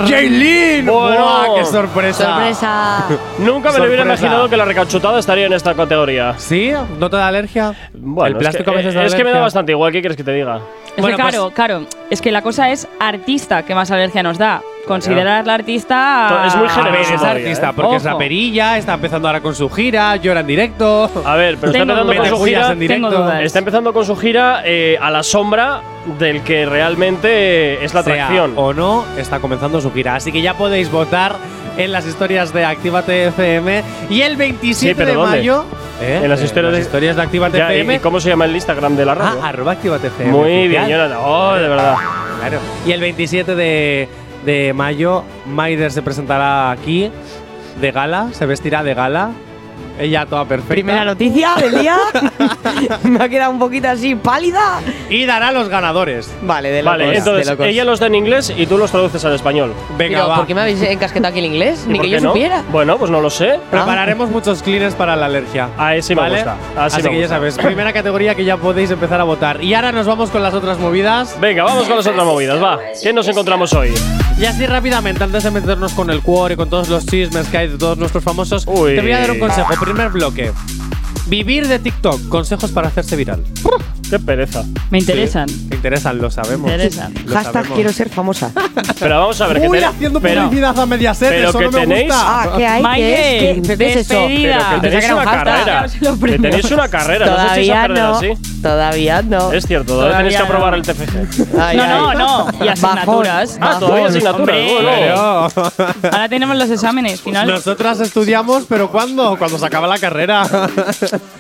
[SPEAKER 4] ¡Jaylin!
[SPEAKER 2] Bueno.
[SPEAKER 4] ¡Buah, ¡Qué sorpresa!
[SPEAKER 5] Sorpresa.
[SPEAKER 2] Nunca me lo hubiera
[SPEAKER 4] Sorpresa.
[SPEAKER 2] imaginado que la recachutada estaría en esta categoría.
[SPEAKER 4] ¿Sí? ¿No te da alergia?
[SPEAKER 2] Bueno,
[SPEAKER 4] el plástico
[SPEAKER 2] es que,
[SPEAKER 4] a veces da
[SPEAKER 2] es que me da
[SPEAKER 4] alergia.
[SPEAKER 2] bastante igual, ¿qué quieres que te diga?
[SPEAKER 3] Es que
[SPEAKER 4] Bueno, pues-
[SPEAKER 3] claro, claro. Es que la cosa es artista que más alergia nos da. Considerar la artista.
[SPEAKER 2] Es muy
[SPEAKER 4] A ver,
[SPEAKER 2] generoso
[SPEAKER 4] Ah, es
[SPEAKER 2] todavía,
[SPEAKER 4] artista,
[SPEAKER 2] ¿eh?
[SPEAKER 4] porque es
[SPEAKER 3] Ojo.
[SPEAKER 4] raperilla, está empezando ahora con su gira, llora en directo.
[SPEAKER 2] A ver, pero está
[SPEAKER 3] Tengo
[SPEAKER 2] empezando con
[SPEAKER 3] dudas.
[SPEAKER 2] su
[SPEAKER 4] Mete joyas
[SPEAKER 2] gira.
[SPEAKER 4] en directo.
[SPEAKER 3] Tengo dudas.
[SPEAKER 2] Está empezando con su gira eh, a la sombra del que realmente es la
[SPEAKER 4] Sea
[SPEAKER 2] atracción.
[SPEAKER 4] o no, está comenzando su gira. Así que ya podéis votar en las historias de Actívate FM. Y el 27
[SPEAKER 2] Sí, pero
[SPEAKER 4] de
[SPEAKER 2] ¿dónde?
[SPEAKER 4] mayo. ¿eh?
[SPEAKER 2] En las historias de-
[SPEAKER 4] de Actívate
[SPEAKER 2] Ya, ¿y-
[SPEAKER 4] FM.
[SPEAKER 2] ¿Y cómo se llama el Instagram de la
[SPEAKER 4] Ah,
[SPEAKER 2] radio?
[SPEAKER 4] arroba Actívate FM.
[SPEAKER 2] Muy bien,
[SPEAKER 4] oficial.
[SPEAKER 2] Jonathan. Oh, de verdad.
[SPEAKER 4] Claro. Y el 27 de, de mayo, Maider se presentará aquí de gala, se vestirá de gala. Ella toda perfecta.
[SPEAKER 5] Primera noticia del día. Me ha quedado un poquito así pálida.
[SPEAKER 4] Y dará los ganadores.
[SPEAKER 5] Vale, de locos.
[SPEAKER 2] Vale, entonces
[SPEAKER 5] de locos.
[SPEAKER 2] ella los da en inglés y tú los traduces al español.
[SPEAKER 4] Venga,
[SPEAKER 5] Pero,
[SPEAKER 4] va.
[SPEAKER 5] ¿por qué me habéis encasquetado aquí el inglés?
[SPEAKER 2] ¿Y
[SPEAKER 5] Ni
[SPEAKER 2] por
[SPEAKER 5] que
[SPEAKER 2] qué
[SPEAKER 5] yo
[SPEAKER 2] no?
[SPEAKER 5] supiera.
[SPEAKER 2] Bueno, pues no lo sé.
[SPEAKER 5] ¿Ah?
[SPEAKER 4] Prepararemos muchos cleans para la alergia.
[SPEAKER 2] Ah, ese me gusta. Así
[SPEAKER 4] Así,
[SPEAKER 2] me
[SPEAKER 4] que
[SPEAKER 2] gusta.
[SPEAKER 4] ya sabes, primera categoría que ya podéis empezar a votar. Y ahora nos vamos con las otras movidas.
[SPEAKER 2] Venga, vamos con las otras movidas, va. ¿Qué nos encontramos hoy?
[SPEAKER 4] Y así rápidamente, antes de meternos con el cuore, con todos los chismes que hay de todos nuestros famosos,
[SPEAKER 2] Uy.
[SPEAKER 4] te voy a dar un consejo. Primer bloque. Vivir de TikTok, consejos para hacerse viral.
[SPEAKER 2] Qué pereza.
[SPEAKER 3] Me interesan.
[SPEAKER 4] Te interesan, lo sabemos.
[SPEAKER 3] Me interesan.
[SPEAKER 4] Lo
[SPEAKER 5] Hashtag
[SPEAKER 4] sabemos.
[SPEAKER 5] quiero ser famosa.
[SPEAKER 2] Pero vamos a ver qué
[SPEAKER 4] Uy,
[SPEAKER 2] ten-
[SPEAKER 4] haciendo
[SPEAKER 2] pero-
[SPEAKER 4] publicidad a medias
[SPEAKER 2] pero
[SPEAKER 4] eso
[SPEAKER 2] que
[SPEAKER 4] no me
[SPEAKER 2] tenéis-
[SPEAKER 4] gusta.
[SPEAKER 5] Ah, ¿qué hay? ¿Qué es?
[SPEAKER 3] Mike,
[SPEAKER 5] ¿Qué, qué es eso?
[SPEAKER 2] Pero que
[SPEAKER 3] despedida.
[SPEAKER 2] tenéis
[SPEAKER 5] Pensaba que era
[SPEAKER 2] una
[SPEAKER 5] un hashtag.
[SPEAKER 2] carrera.
[SPEAKER 3] Los premios.
[SPEAKER 2] Que tenéis una carrera. No sé si esa
[SPEAKER 5] Todavía
[SPEAKER 2] carrera ¿Este?
[SPEAKER 5] no.
[SPEAKER 2] así.
[SPEAKER 5] Todavía no.
[SPEAKER 2] Es cierto, todavía tenéis que
[SPEAKER 3] Todavía
[SPEAKER 2] aprobar
[SPEAKER 3] no.
[SPEAKER 2] el TFG.
[SPEAKER 5] Ay,
[SPEAKER 3] No,
[SPEAKER 5] ay.
[SPEAKER 3] no, no. Y
[SPEAKER 5] Bajón.
[SPEAKER 3] asignaturas.
[SPEAKER 2] Ah, todavía asignaturas.
[SPEAKER 3] Hombre.
[SPEAKER 2] bueno.
[SPEAKER 3] Ahora tenemos los exámenes finales.
[SPEAKER 4] Nosotras estudiamos, pero ¿cuándo? Cuando se acaba la carrera.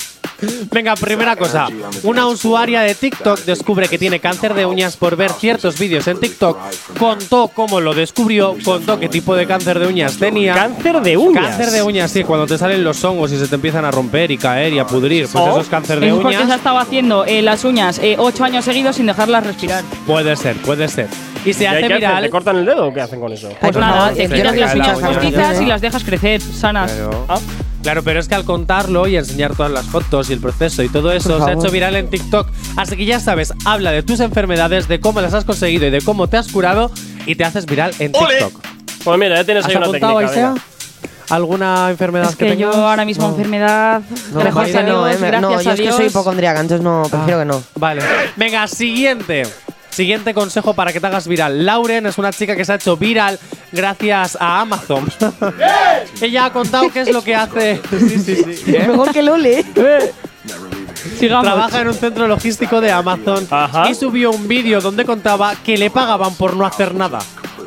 [SPEAKER 4] Venga, primera cosa. Una usuaria de TikTok descubre que tiene cáncer de uñas por ver ciertos vídeos en TikTok. Contó cómo lo descubrió, contó qué tipo de cáncer de uñas tenía.
[SPEAKER 2] Cáncer de uñas.
[SPEAKER 4] Cáncer de uñas, sí, cuando te salen los hongos y se te empiezan a romper y caer y a pudrir. Pues
[SPEAKER 2] Oh.
[SPEAKER 4] eso es cáncer de
[SPEAKER 3] Es porque se ha
[SPEAKER 4] uñas.
[SPEAKER 3] estado haciendo eh, las uñas eh, ocho años seguidos sin dejarlas respirar.
[SPEAKER 4] Puede ser, puede ser. Y se
[SPEAKER 2] ¿Y ahí
[SPEAKER 4] hace
[SPEAKER 2] qué hacen?
[SPEAKER 4] viral.
[SPEAKER 2] ¿Te cortan el dedo o qué hacen con eso?
[SPEAKER 5] Ay,
[SPEAKER 3] Pues
[SPEAKER 5] por
[SPEAKER 3] nada,
[SPEAKER 5] favor,
[SPEAKER 3] te
[SPEAKER 5] yo
[SPEAKER 3] quitas
[SPEAKER 5] no
[SPEAKER 3] las
[SPEAKER 5] quiero
[SPEAKER 3] uñas
[SPEAKER 5] la uña.
[SPEAKER 3] postizas y las dejas crecer, sanas.
[SPEAKER 4] Claro. Claro, pero es que al contarlo y enseñar todas las fotos y el proceso y todo eso se ha
[SPEAKER 5] favor.
[SPEAKER 4] hecho viral en TikTok. Así que ya sabes, habla de tus enfermedades, de cómo las has conseguido y de cómo te has curado y te haces viral en TikTok.
[SPEAKER 2] Pues mira, ya tienes
[SPEAKER 4] ¿Has
[SPEAKER 2] ahí una técnica.
[SPEAKER 4] apuntado, Aisea?
[SPEAKER 2] venga.
[SPEAKER 4] ¿Alguna enfermedad
[SPEAKER 3] Es que yo
[SPEAKER 4] tengas?
[SPEAKER 3] ahora mismo
[SPEAKER 4] No.
[SPEAKER 3] enfermedad,
[SPEAKER 4] No,
[SPEAKER 3] gracias
[SPEAKER 4] Maite,
[SPEAKER 3] a Dios,
[SPEAKER 5] no, eh, me-
[SPEAKER 3] gracias
[SPEAKER 5] no,
[SPEAKER 3] a
[SPEAKER 5] yo es que
[SPEAKER 3] Dios.
[SPEAKER 5] soy hipocondríaca, entonces no, prefiero que no.
[SPEAKER 4] Vale. Venga, siguiente. Siguiente consejo para que te hagas viral. Lauren es una chica que se ha hecho viral gracias a Amazon. Ella ha contado qué es lo que hace. Sí, sí, sí. ¿Eh?
[SPEAKER 5] Mejor que Lole.
[SPEAKER 3] Sigamos.
[SPEAKER 4] Trabaja en un centro logístico de Amazon
[SPEAKER 2] Ajá.
[SPEAKER 4] y subió un vídeo donde contaba que le pagaban por no hacer nada.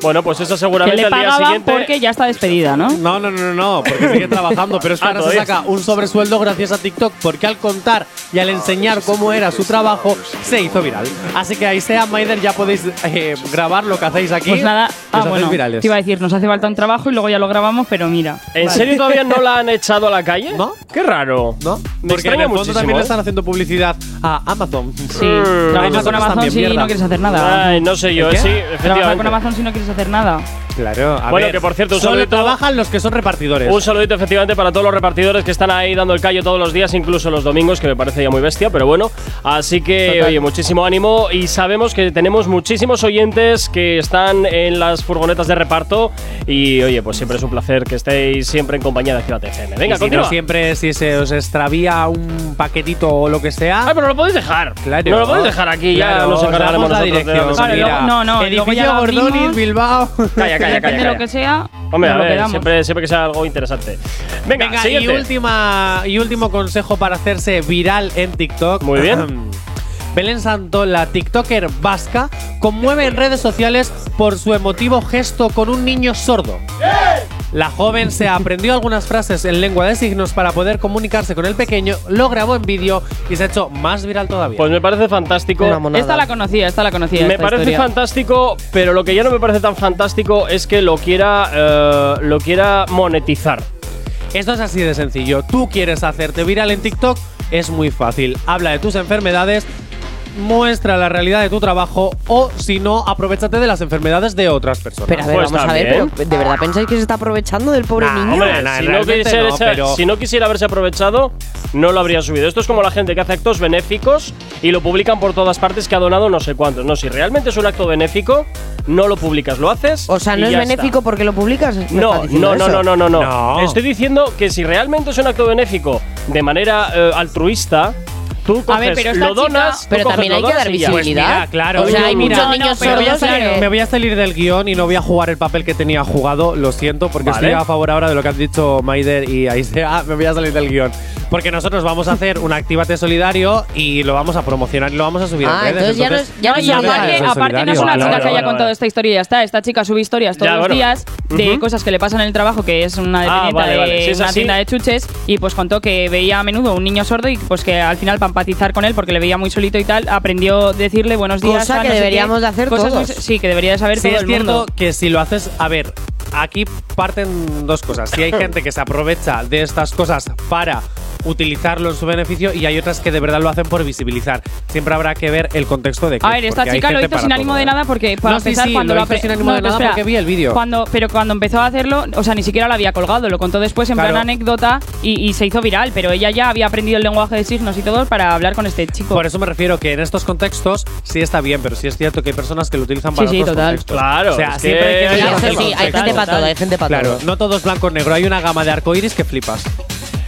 [SPEAKER 2] Bueno, pues eso
[SPEAKER 3] que
[SPEAKER 2] seguramente
[SPEAKER 3] le
[SPEAKER 2] al día
[SPEAKER 3] pagaban
[SPEAKER 2] siguiente.
[SPEAKER 3] porque ya está despedida, ¿no?
[SPEAKER 4] No, no, no, no, no, porque sigue trabajando, pero es que
[SPEAKER 2] Ah,
[SPEAKER 4] ahora se
[SPEAKER 2] todavía.
[SPEAKER 4] saca un sobresueldo gracias a TikTok porque al contar y al enseñar cómo era su trabajo se hizo viral. Así que ahí sea, Maider, ya podéis eh, grabar lo que hacéis aquí.
[SPEAKER 3] Pues nada,
[SPEAKER 4] y os
[SPEAKER 3] ah,
[SPEAKER 4] hacéis
[SPEAKER 3] bueno,
[SPEAKER 4] virales.
[SPEAKER 3] te iba a decir, nos hace falta un trabajo y luego ya lo grabamos, pero mira.
[SPEAKER 2] ¿En serio todavía no la han echado a la calle?
[SPEAKER 4] ¿No?
[SPEAKER 2] Qué raro.
[SPEAKER 4] ¿No?
[SPEAKER 2] Me
[SPEAKER 4] Porque en
[SPEAKER 2] extraña
[SPEAKER 4] el fondo
[SPEAKER 2] muchísimo.
[SPEAKER 4] también
[SPEAKER 2] ¿eh?
[SPEAKER 4] le están haciendo publicidad a Amazon.
[SPEAKER 2] Mm,
[SPEAKER 3] Sí, trabaja con
[SPEAKER 4] ellos también
[SPEAKER 3] Amazon
[SPEAKER 4] están
[SPEAKER 3] si
[SPEAKER 4] bien mierda.
[SPEAKER 3] no quieres hacer nada.
[SPEAKER 2] Ay, no sé yo,
[SPEAKER 4] ¿El
[SPEAKER 2] eh,
[SPEAKER 4] qué?
[SPEAKER 2] sí,
[SPEAKER 3] Trabaja con
[SPEAKER 2] efectivamente.
[SPEAKER 3] Amazon si no quieres hacer nada.
[SPEAKER 4] Claro, a
[SPEAKER 2] Bueno, que por cierto, un
[SPEAKER 4] solo
[SPEAKER 2] saludito-
[SPEAKER 4] trabajan los que son repartidores.
[SPEAKER 2] Un saludito efectivamente para todos los repartidores que están ahí dando el callo todos los días, incluso los domingos, que me parece ya muy bestia, pero bueno. Así que, oye, muchísimo ánimo y sabemos que tenemos muchísimos oyentes que están en las furgonetas de reparto y, oye, pues siempre es un placer que estéis siempre en compañía de Actívate FM. Venga,
[SPEAKER 4] Y si no,
[SPEAKER 2] continúa.
[SPEAKER 4] siempre si se os extravía un paquetito o lo que sea.
[SPEAKER 2] Ah, pero lo podéis dejar.
[SPEAKER 4] Claro.
[SPEAKER 2] No lo podéis dejar aquí, ya
[SPEAKER 4] Claro,
[SPEAKER 2] nos
[SPEAKER 4] os
[SPEAKER 2] encargaremos
[SPEAKER 4] damos
[SPEAKER 2] nosotros
[SPEAKER 4] la
[SPEAKER 2] de
[SPEAKER 4] dirección.
[SPEAKER 2] dónde
[SPEAKER 3] Claro,
[SPEAKER 2] salir.
[SPEAKER 3] luego- no, no, luego ya
[SPEAKER 4] Edificio
[SPEAKER 3] la
[SPEAKER 4] Gordonis,
[SPEAKER 3] abrimos.
[SPEAKER 4] Bilbao.
[SPEAKER 2] Calla, calla, calla.
[SPEAKER 3] Depende de lo que
[SPEAKER 2] calla.
[SPEAKER 3] sea,
[SPEAKER 2] Hombre, a
[SPEAKER 3] nos lo
[SPEAKER 2] ver,
[SPEAKER 3] quedamos.
[SPEAKER 2] siempre, siempre que sea algo interesante. Venga,
[SPEAKER 4] Venga, y,
[SPEAKER 2] siguiente.
[SPEAKER 4] última, y último consejo para hacerse viral en TikTok.
[SPEAKER 2] Muy bien.
[SPEAKER 4] Belén Santo, la TikToker vasca, conmueve en redes sociales por su emotivo gesto con un niño sordo. La joven se aprendió algunas frases en lengua de signos para poder comunicarse con el pequeño, lo grabó en vídeo y se ha hecho más viral todavía.
[SPEAKER 2] Pues me parece fantástico.
[SPEAKER 5] Una monada.
[SPEAKER 3] Esta la conocía, esta la conocía.
[SPEAKER 2] Me
[SPEAKER 3] esta
[SPEAKER 2] parece
[SPEAKER 3] historia.
[SPEAKER 2] fantástico, pero lo que ya no me parece tan fantástico es que lo quiera, eh, lo quiera monetizar.
[SPEAKER 4] Esto es así de sencillo. Tú quieres hacerte viral en TikTok, es muy fácil. Habla de tus enfermedades, muestra la realidad de tu trabajo o, si no, aprovechate de las enfermedades de otras personas.
[SPEAKER 5] Pero a ver,
[SPEAKER 2] Pues
[SPEAKER 5] vamos a ver,
[SPEAKER 2] también.
[SPEAKER 5] pero ¿de verdad pensáis que se está aprovechando del pobre
[SPEAKER 4] Nah,
[SPEAKER 5] niño?
[SPEAKER 2] Hombre,
[SPEAKER 4] nah,
[SPEAKER 2] si, no
[SPEAKER 4] realmente
[SPEAKER 2] quisiera,
[SPEAKER 4] no,
[SPEAKER 2] esa-
[SPEAKER 4] pero-
[SPEAKER 2] si no quisiera haberse aprovechado, no lo habría subido. Esto es como la gente que hace actos benéficos y lo publican por todas partes que ha donado no sé cuántos. No, si realmente es un acto benéfico, no lo publicas, lo haces.
[SPEAKER 5] O sea,
[SPEAKER 2] y
[SPEAKER 5] no es
[SPEAKER 2] ya está.
[SPEAKER 5] benéfico porque lo publicas. ¿Me estás
[SPEAKER 2] No,
[SPEAKER 5] diciendo
[SPEAKER 2] no, no,
[SPEAKER 5] eso?
[SPEAKER 2] no, no, no, no.
[SPEAKER 4] No.
[SPEAKER 2] Estoy diciendo que si realmente es un acto benéfico de manera eh, altruista, tú coges,
[SPEAKER 3] A ver, pero esta
[SPEAKER 2] lo donas,
[SPEAKER 3] chica-
[SPEAKER 2] tú
[SPEAKER 5] Pero
[SPEAKER 2] coges,
[SPEAKER 5] también
[SPEAKER 2] lo
[SPEAKER 5] hay que
[SPEAKER 2] donas
[SPEAKER 5] dar
[SPEAKER 2] y ya.
[SPEAKER 5] visibilidad.
[SPEAKER 4] Pues mira, claro,
[SPEAKER 5] O sea, hay
[SPEAKER 4] yo-
[SPEAKER 5] muchos
[SPEAKER 4] No, no,
[SPEAKER 5] niños
[SPEAKER 3] pero
[SPEAKER 4] Me voy, a
[SPEAKER 5] sordos
[SPEAKER 3] Claro.
[SPEAKER 4] salir,
[SPEAKER 5] que-
[SPEAKER 4] me voy a salir del guión y no voy a jugar el papel que tenía jugado, lo siento, porque
[SPEAKER 2] Vale.
[SPEAKER 4] estoy a favor ahora de lo que han dicho Maider y Aisea. Me voy a salir del guión. Porque nosotros vamos a hacer un Actívate Solidario y lo vamos a promocionar y lo vamos a subir
[SPEAKER 5] Ah,
[SPEAKER 4] en redes.
[SPEAKER 5] entonces ya no es- ya no es
[SPEAKER 4] y
[SPEAKER 5] solidario.
[SPEAKER 4] aparte-
[SPEAKER 5] Eso
[SPEAKER 4] aparte
[SPEAKER 3] no es una
[SPEAKER 2] Vale,
[SPEAKER 3] chica
[SPEAKER 2] vale,
[SPEAKER 3] que haya
[SPEAKER 2] vale,
[SPEAKER 3] contado
[SPEAKER 2] vale.
[SPEAKER 3] esta historia y ya está. Esta chica sube historias todos
[SPEAKER 2] Ya,
[SPEAKER 3] los
[SPEAKER 2] bueno.
[SPEAKER 3] días de
[SPEAKER 2] Ujú.
[SPEAKER 3] cosas que le pasan en el trabajo, que es una
[SPEAKER 2] Ah,
[SPEAKER 3] dependiente
[SPEAKER 2] vale,
[SPEAKER 3] de
[SPEAKER 2] vale. Si es
[SPEAKER 3] una
[SPEAKER 2] así-
[SPEAKER 3] tienda de chuches, y pues contó que veía a menudo un niño sordo y pues que al final para empatizar con él, porque le veía muy solito y tal, aprendió a decirle buenos días.
[SPEAKER 5] Cosa
[SPEAKER 3] ah, no
[SPEAKER 5] que
[SPEAKER 3] sé qué,
[SPEAKER 5] deberíamos de hacer
[SPEAKER 3] cosas muy-
[SPEAKER 5] todos.
[SPEAKER 3] sí, que debería de saber
[SPEAKER 4] Sí,
[SPEAKER 3] todo
[SPEAKER 4] es
[SPEAKER 3] el
[SPEAKER 4] cierto
[SPEAKER 3] mundo.
[SPEAKER 4] que si lo haces, a ver, aquí parten dos cosas. Si hay gente que se aprovecha de estas cosas para utilizarlo en su beneficio y hay otras que de verdad lo hacen por visibilizar. Siempre habrá que ver el contexto de que
[SPEAKER 3] A ver, esta chica lo hizo sin
[SPEAKER 4] ¿eh?
[SPEAKER 3] ánimo de nada porque para
[SPEAKER 4] No, sí,
[SPEAKER 3] empezar
[SPEAKER 4] sí,
[SPEAKER 3] cuando
[SPEAKER 4] lo
[SPEAKER 3] lo,
[SPEAKER 4] hizo
[SPEAKER 3] apre-
[SPEAKER 4] sin ánimo de
[SPEAKER 3] pero
[SPEAKER 4] nada porque vi el vídeo.
[SPEAKER 3] Cuando, pero cuando empezó a hacerlo, o sea, ni siquiera la había colgado, lo contó después en
[SPEAKER 4] Claro.
[SPEAKER 3] plan anécdota y, y se hizo viral, pero ella ya había aprendido el lenguaje de signos y todo para hablar con este chico.
[SPEAKER 4] Por eso me refiero que en estos contextos sí está bien, pero sí es cierto que hay personas que lo utilizan
[SPEAKER 3] Sí,
[SPEAKER 4] para
[SPEAKER 3] sí,
[SPEAKER 4] otros
[SPEAKER 3] total.
[SPEAKER 4] contextos.
[SPEAKER 2] Claro,
[SPEAKER 4] O sea,
[SPEAKER 2] es
[SPEAKER 4] siempre
[SPEAKER 2] que-
[SPEAKER 4] hay que ver
[SPEAKER 5] Sí, eso
[SPEAKER 4] los
[SPEAKER 5] sí, hay
[SPEAKER 4] contextos.
[SPEAKER 5] gente para todo, hay gente para
[SPEAKER 4] Claro,
[SPEAKER 5] todo.
[SPEAKER 4] no todos blanco o negro, hay una gama de arcoíris que flipas.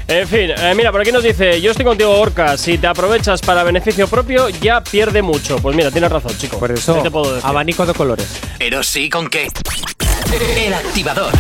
[SPEAKER 2] En fin, eh, mira, por aquí nos dice, yo estoy contigo, Orca, si te aprovechas para beneficio propio, ya pierde mucho. Pues mira, tienes razón, chico.
[SPEAKER 4] Por
[SPEAKER 2] ¿Qué
[SPEAKER 4] eso, ah,
[SPEAKER 2] te puedo decir?
[SPEAKER 4] abanico de colores.
[SPEAKER 1] Pero sí con qué. El activador.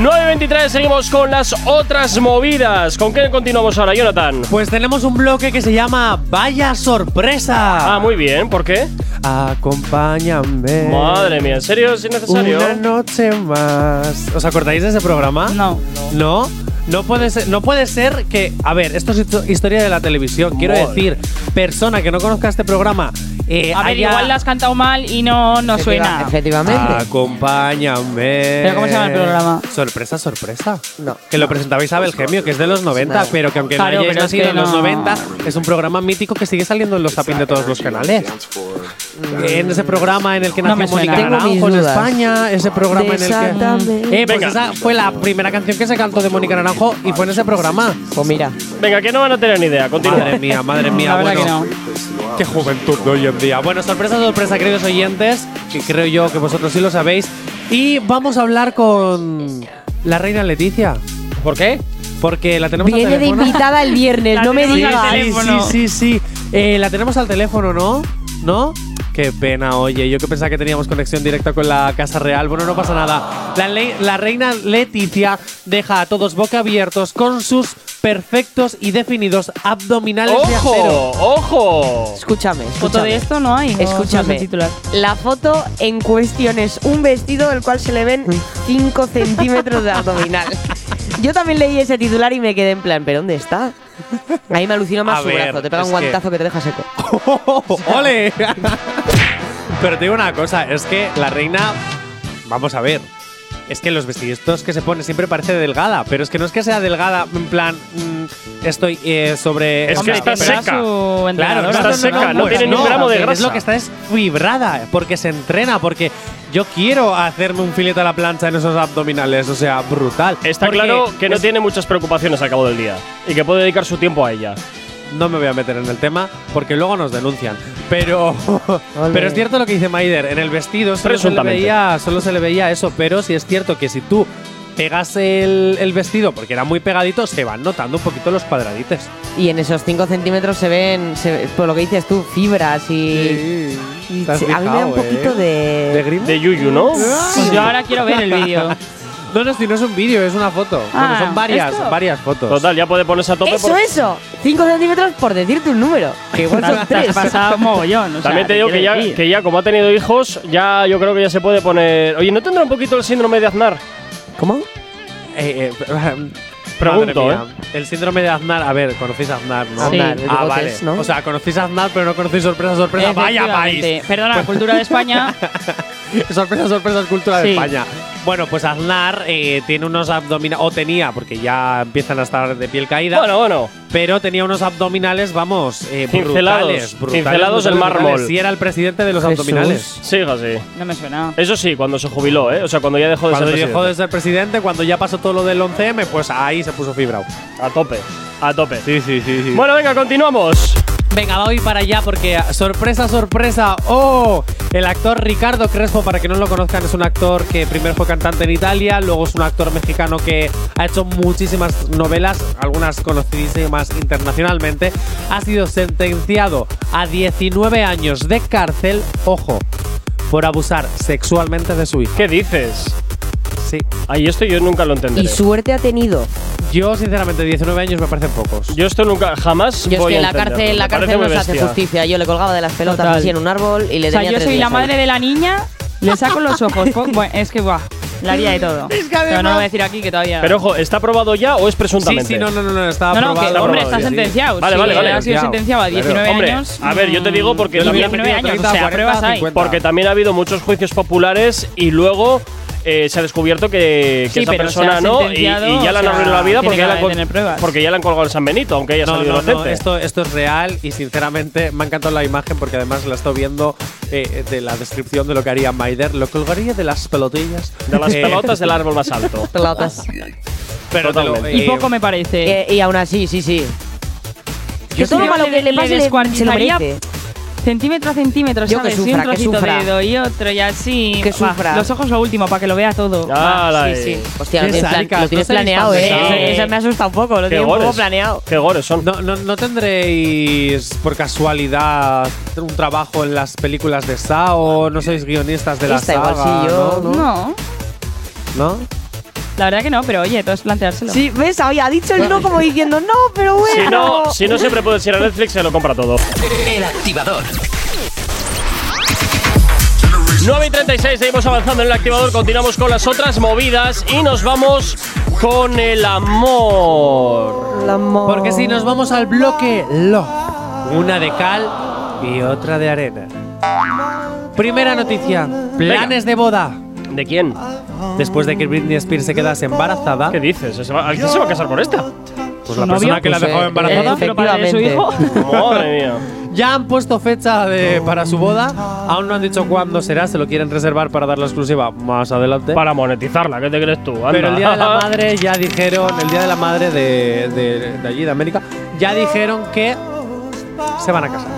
[SPEAKER 2] 9.23, seguimos con las otras movidas. ¿Con qué continuamos ahora, Jonathan?
[SPEAKER 4] Pues tenemos un bloque que se llama Vaya sorpresa.
[SPEAKER 2] Ah, muy bien, ¿por qué?
[SPEAKER 4] Eh. Acompáñame.
[SPEAKER 2] Madre mía, ¿en serio es innecesario?
[SPEAKER 4] Una noche más. ¿Os acordáis de ese programa?
[SPEAKER 3] No.
[SPEAKER 4] No. No puede ser, no puede ser que. A ver, esto es histo- historia de la televisión. Quiero
[SPEAKER 2] Madre.
[SPEAKER 4] decir, persona que no conozca este programa. eh,
[SPEAKER 3] A ver,
[SPEAKER 4] haya-
[SPEAKER 3] igual la has cantado mal y no, no suena.
[SPEAKER 5] Efectivamente.
[SPEAKER 4] Acompáñame.
[SPEAKER 3] ¿Pero cómo se llama el programa?
[SPEAKER 4] Sorpresa, sorpresa.
[SPEAKER 5] No.
[SPEAKER 4] Que lo presentabais Abel Gemio, que es de los 90,
[SPEAKER 5] Nada.
[SPEAKER 4] pero que aunque
[SPEAKER 3] Claro,
[SPEAKER 4] no haya
[SPEAKER 3] pero es
[SPEAKER 4] nacido
[SPEAKER 3] que
[SPEAKER 4] en los
[SPEAKER 3] no.
[SPEAKER 4] 90, es un programa mítico que sigue saliendo en los tapings de todos los canales. En ese programa en el que
[SPEAKER 3] No
[SPEAKER 4] nació
[SPEAKER 3] me suena.
[SPEAKER 4] Mónica
[SPEAKER 5] Tengo mis
[SPEAKER 4] Naranjo en
[SPEAKER 5] dudas.
[SPEAKER 4] España, ese programa en el
[SPEAKER 5] Desátame.
[SPEAKER 4] que. Eh, pues
[SPEAKER 2] Venga.
[SPEAKER 4] esa fue la primera canción que se cantó de Mónica Naranjo y fue en ese programa.
[SPEAKER 5] Pues mira,
[SPEAKER 2] Venga, que no van a tener ni idea, continúa.
[SPEAKER 4] Madre mía, madre mía.
[SPEAKER 3] La verdad
[SPEAKER 4] bueno.
[SPEAKER 3] que no.
[SPEAKER 4] Qué juventud de hoy en día. Bueno, sorpresa, sorpresa, queridos oyentes, que creo yo que vosotros sí lo sabéis. Y vamos a hablar con la reina Leticia. ¿Por qué? Porque la tenemos al
[SPEAKER 5] viene de
[SPEAKER 4] teléfono.
[SPEAKER 5] invitada el viernes,
[SPEAKER 3] La
[SPEAKER 5] no me
[SPEAKER 3] tenemos al
[SPEAKER 5] digas.
[SPEAKER 4] Sí,
[SPEAKER 3] teléfono.
[SPEAKER 4] sí, sí, sí. Eh, la tenemos al teléfono, ¿no? ¿No? Qué pena, oye. Yo que pensaba que teníamos conexión directa con la Casa Real. Bueno, no pasa nada. La, ley- la reina Leticia deja a todos boca abiertos con sus perfectos y definidos abdominales de acero.
[SPEAKER 2] ¡Ojo! ¡Ojo!
[SPEAKER 5] Escúchame,
[SPEAKER 3] Foto
[SPEAKER 5] escúchame.
[SPEAKER 3] de esto no hay. no- no
[SPEAKER 5] Escúchame.
[SPEAKER 3] es el titular.
[SPEAKER 5] La foto en cuestión es un vestido del cual se le ven
[SPEAKER 3] Mm.
[SPEAKER 5] 5 centímetros de abdominal. Yo también leí ese titular y me quedé en plan, ¿pero dónde está? Ahí me alucina más
[SPEAKER 4] A
[SPEAKER 5] su
[SPEAKER 4] ver,
[SPEAKER 5] brazo, te pega
[SPEAKER 4] es
[SPEAKER 5] un guantazo que... te deja seco.
[SPEAKER 4] ¡Ole! Pero te digo una cosa, es que la reina, vamos a ver, es que los vestiditos que se pone siempre parece delgada, pero es que no es que sea delgada en plan, mm, estoy eh, sobre...
[SPEAKER 2] Es
[SPEAKER 4] o
[SPEAKER 2] que
[SPEAKER 4] sea,
[SPEAKER 2] está seca.
[SPEAKER 3] Su
[SPEAKER 4] pero- Claro,
[SPEAKER 3] entrenador.
[SPEAKER 2] está seca, no
[SPEAKER 4] pues
[SPEAKER 2] tiene ni un gramo de
[SPEAKER 4] Es
[SPEAKER 2] grasa.
[SPEAKER 4] lo que está es fibrada, porque se entrena, porque yo quiero hacerme un filete a la plancha en esos abdominales, o sea, brutal.
[SPEAKER 2] Está
[SPEAKER 4] Porque
[SPEAKER 2] claro que no
[SPEAKER 4] es-
[SPEAKER 2] tiene muchas preocupaciones al cabo del día y que puede dedicar su tiempo a ella.
[SPEAKER 4] No me voy a meter en el tema porque luego nos denuncian. Pero, pero es cierto lo que dice Maider. En el vestido solo se, le
[SPEAKER 2] Presuntamente.
[SPEAKER 4] veía, solo se le veía eso. Pero sí es cierto que si tú pegas el, el vestido porque era muy pegadito, se van notando un poquito los cuadradites.
[SPEAKER 5] Y en esos 5 centímetros se ven, se- por lo que dices tú, fibras y. y
[SPEAKER 4] ¿Te has
[SPEAKER 5] se- a mí me da un
[SPEAKER 4] fijado, eh?
[SPEAKER 5] poquito
[SPEAKER 4] ¿De
[SPEAKER 5] de.
[SPEAKER 4] grima?
[SPEAKER 2] De Yuyu, ¿no?
[SPEAKER 4] Ah.
[SPEAKER 3] Pues yo ahora quiero ver el vídeo.
[SPEAKER 4] No, no, si no es un vídeo, es una foto.
[SPEAKER 3] Ah,
[SPEAKER 4] Bueno, son varias,
[SPEAKER 3] ¿esto?
[SPEAKER 4] varias fotos.
[SPEAKER 2] Total, ya puede ponerse a tope.
[SPEAKER 5] Eso,
[SPEAKER 2] por-
[SPEAKER 5] eso. 5 centímetros por decirte un número. Que igual
[SPEAKER 3] Te
[SPEAKER 5] son
[SPEAKER 3] has- te has
[SPEAKER 5] 3.
[SPEAKER 3] pasado mogollón. o sea,
[SPEAKER 2] También te digo que ya,
[SPEAKER 3] quiero decir.
[SPEAKER 2] que ya, como ha tenido hijos, ya yo creo que ya se puede poner. Oye, ¿no tendrá un poquito el síndrome de Aznar?
[SPEAKER 5] ¿Cómo?
[SPEAKER 4] Eh, eh,
[SPEAKER 2] Pregunto, ¿eh?
[SPEAKER 4] madre mía. El síndrome de Aznar. A ver, conocéis a Aznar, ¿no?
[SPEAKER 3] Sí.
[SPEAKER 5] Aznar, el de
[SPEAKER 4] Ah, vale.
[SPEAKER 5] botes, ¿no?
[SPEAKER 4] O sea, conocéis a Aznar, pero no conocéis sorpresa, sorpresa. Vaya país.
[SPEAKER 3] Efectivamente. Perdona, cultura de España.
[SPEAKER 4] sorpresa, sorpresa, es cultura de
[SPEAKER 3] Sí.
[SPEAKER 4] España. Bueno, pues Aznar eh, tiene unos abdominales, o tenía, porque ya empiezan a estar de piel caída,
[SPEAKER 2] Bueno, bueno.
[SPEAKER 4] pero tenía unos abdominales, vamos, eh,
[SPEAKER 2] Cincelados,
[SPEAKER 4] brutales, brutales,
[SPEAKER 2] cincelados del
[SPEAKER 4] brutales.
[SPEAKER 2] mármol.
[SPEAKER 4] Sí, era el presidente de los
[SPEAKER 5] Jesús.
[SPEAKER 4] abdominales.
[SPEAKER 2] Sigue así.
[SPEAKER 3] No me suena.
[SPEAKER 2] Eso sí, cuando se jubiló, ¿eh? O sea, cuando ya dejó de
[SPEAKER 4] Cuando
[SPEAKER 2] ser
[SPEAKER 4] dejó de
[SPEAKER 2] presidente.
[SPEAKER 4] ser presidente, cuando ya pasó todo lo del 11M, pues ahí se puso fibrao.
[SPEAKER 2] A tope, a tope.
[SPEAKER 4] Sí, sí, sí. sí.
[SPEAKER 2] Bueno, venga, continuamos.
[SPEAKER 4] Venga, voy para allá porque ah, sorpresa, sorpresa. Oh, el actor Ricardo Crespo, para que no lo conozcan, es un actor que primero fue cantante en Italia, luego es un actor mexicano que ha hecho muchísimas novelas, algunas conocidísimas internacionalmente. Ha sido sentenciado a 19 años de cárcel, ojo, por abusar sexualmente de su hija.
[SPEAKER 2] ¿Qué dices?
[SPEAKER 4] Sí.
[SPEAKER 2] Ahí esto yo nunca lo
[SPEAKER 5] Y
[SPEAKER 2] entenderé.
[SPEAKER 5] suerte ha tenido.
[SPEAKER 4] Yo, sinceramente, 19 años me parecen pocos.
[SPEAKER 2] Yo esto nunca, jamás
[SPEAKER 5] Yo es
[SPEAKER 2] voy
[SPEAKER 5] que
[SPEAKER 2] a
[SPEAKER 5] la
[SPEAKER 2] entenderlo.
[SPEAKER 5] cárcel, la
[SPEAKER 2] Me parece
[SPEAKER 5] cárcel no
[SPEAKER 2] muy
[SPEAKER 5] se hace
[SPEAKER 2] bestia.
[SPEAKER 5] justicia. Yo le colgaba de las pelotas
[SPEAKER 3] Total.
[SPEAKER 5] así en un árbol y le
[SPEAKER 3] O sea,
[SPEAKER 5] tenía
[SPEAKER 3] yo
[SPEAKER 5] tres
[SPEAKER 3] soy la
[SPEAKER 5] días ahí.
[SPEAKER 3] madre de la niña, le saco los ojos. po- bueno, es que, buah, la haría de todo. Pero no lo voy a decir aquí que todavía.
[SPEAKER 2] Pero ojo, ¿está aprobado ya o es
[SPEAKER 4] Sí,
[SPEAKER 2] presuntamente?
[SPEAKER 4] sí, no, no, no, no
[SPEAKER 3] no,
[SPEAKER 4] está
[SPEAKER 3] no, que,
[SPEAKER 4] aprobado,
[SPEAKER 3] hombre,
[SPEAKER 4] sí,
[SPEAKER 3] está
[SPEAKER 4] sí.
[SPEAKER 3] sentenciado.
[SPEAKER 2] Vale,
[SPEAKER 3] Sí,
[SPEAKER 2] vale, vale.
[SPEAKER 3] Ha sido
[SPEAKER 4] Claro.
[SPEAKER 3] sentenciado a 19
[SPEAKER 2] Hombre,
[SPEAKER 3] años.
[SPEAKER 2] a ver, yo te digo porque
[SPEAKER 4] Yo le
[SPEAKER 2] también
[SPEAKER 4] hubiera
[SPEAKER 3] 19 años,
[SPEAKER 4] pedido 30,
[SPEAKER 3] o sea,
[SPEAKER 4] 40,
[SPEAKER 3] pruebas hay.
[SPEAKER 4] 50.
[SPEAKER 2] Porque también ha habido muchos juicios populares y luego eh, se ha descubierto que, que
[SPEAKER 3] Sí,
[SPEAKER 2] esa
[SPEAKER 3] pero se ha
[SPEAKER 2] persona no y, y ya
[SPEAKER 3] sentenciado,
[SPEAKER 2] le
[SPEAKER 3] o
[SPEAKER 2] han
[SPEAKER 3] sea,
[SPEAKER 2] arruinado la vida
[SPEAKER 3] tiene
[SPEAKER 2] porque ya,
[SPEAKER 3] que
[SPEAKER 2] la han col-
[SPEAKER 3] tener pruebas.
[SPEAKER 2] porque ya le han colgado el San Benito, aunque haya
[SPEAKER 4] No,
[SPEAKER 2] salido
[SPEAKER 4] no, no,
[SPEAKER 2] inocente.
[SPEAKER 4] esto, esto es real y sinceramente me ha encantado la imagen porque además la estoy viendo eh, de la descripción de lo que haría Maider. Lo colgaría de las pelotillas.
[SPEAKER 2] De las
[SPEAKER 4] Eh,
[SPEAKER 2] pelotas del árbol más alto.
[SPEAKER 5] Pelotas.
[SPEAKER 4] Pero te lo-
[SPEAKER 2] Totalmente.
[SPEAKER 3] Y
[SPEAKER 4] eh,
[SPEAKER 3] poco me parece.
[SPEAKER 5] Eh, y aún así, sí, sí. Que
[SPEAKER 3] Yo
[SPEAKER 5] todo
[SPEAKER 3] sí
[SPEAKER 5] lo malo que le
[SPEAKER 3] le
[SPEAKER 5] pase le- se lo
[SPEAKER 3] descuartizaría
[SPEAKER 5] merece.
[SPEAKER 3] Centímetro a centímetro,
[SPEAKER 5] Yo que
[SPEAKER 3] ¿sabes? Y
[SPEAKER 5] sufra,
[SPEAKER 3] un
[SPEAKER 5] que
[SPEAKER 3] trocito
[SPEAKER 5] sufra.
[SPEAKER 3] de dedo y otro y así.
[SPEAKER 5] Que
[SPEAKER 3] Va,
[SPEAKER 5] sufra.
[SPEAKER 3] Los ojos lo último, para que lo vea todo. Va.
[SPEAKER 2] Ala,
[SPEAKER 5] Sí,
[SPEAKER 2] eh,
[SPEAKER 5] sí. Hostia, lo
[SPEAKER 4] Qué
[SPEAKER 5] tienes, plan-
[SPEAKER 4] sádicas,
[SPEAKER 5] lo tienes
[SPEAKER 4] no sabéis
[SPEAKER 5] planeado,
[SPEAKER 4] tan
[SPEAKER 3] pesado.
[SPEAKER 5] ¿eh? Eso me asusta un poco, lo
[SPEAKER 2] Qué
[SPEAKER 5] tienes un poco
[SPEAKER 2] gores.
[SPEAKER 5] planeado.
[SPEAKER 2] Qué gores son.
[SPEAKER 4] No, no, ¿no tendréis por casualidad un trabajo en las películas de Sao? ¿No sois guionistas de la
[SPEAKER 5] Esta
[SPEAKER 4] saga?
[SPEAKER 5] igual sí, yo-
[SPEAKER 4] ¿no? ¿No?
[SPEAKER 3] No,
[SPEAKER 4] ¿No?
[SPEAKER 3] la verdad que no, pero oye, todo es planteárselo.
[SPEAKER 5] Sí, ves, Oye, ha dicho el no como diciendo no, pero bueno.
[SPEAKER 2] Si no, si no siempre puedes ir a Netflix se lo compra todo.
[SPEAKER 1] El activador.
[SPEAKER 2] 9 y 36, seguimos avanzando en el activador, continuamos con las otras movidas y nos vamos con el amor.
[SPEAKER 5] El amor.
[SPEAKER 4] Porque si nos vamos al bloque Love, una de cal y otra de arena. Primera noticia: planes de boda.
[SPEAKER 2] ¿De quién?
[SPEAKER 4] Después de que Britney Spears se quedase embarazada,
[SPEAKER 2] ¿Qué dices? ¿Se va- ¿A quién se va a casar por esta?
[SPEAKER 4] pues la
[SPEAKER 3] ¿Su novio?
[SPEAKER 4] persona que la
[SPEAKER 5] Pues,
[SPEAKER 4] dejó
[SPEAKER 5] eh,
[SPEAKER 4] embarazada,
[SPEAKER 5] eh,
[SPEAKER 3] pero para su
[SPEAKER 5] efectivamente.
[SPEAKER 3] hijo.
[SPEAKER 2] Madre mía.
[SPEAKER 4] Ya han puesto fecha de- para su boda. Aún no han dicho cuándo será. Se lo quieren reservar para dar la exclusiva más adelante.
[SPEAKER 2] Para monetizarla, ¿qué te crees tú? Anda.
[SPEAKER 4] Pero el Día de la Madre ya dijeron, el Día de la Madre de, de- de allí, de América, ya dijeron que se van a casar.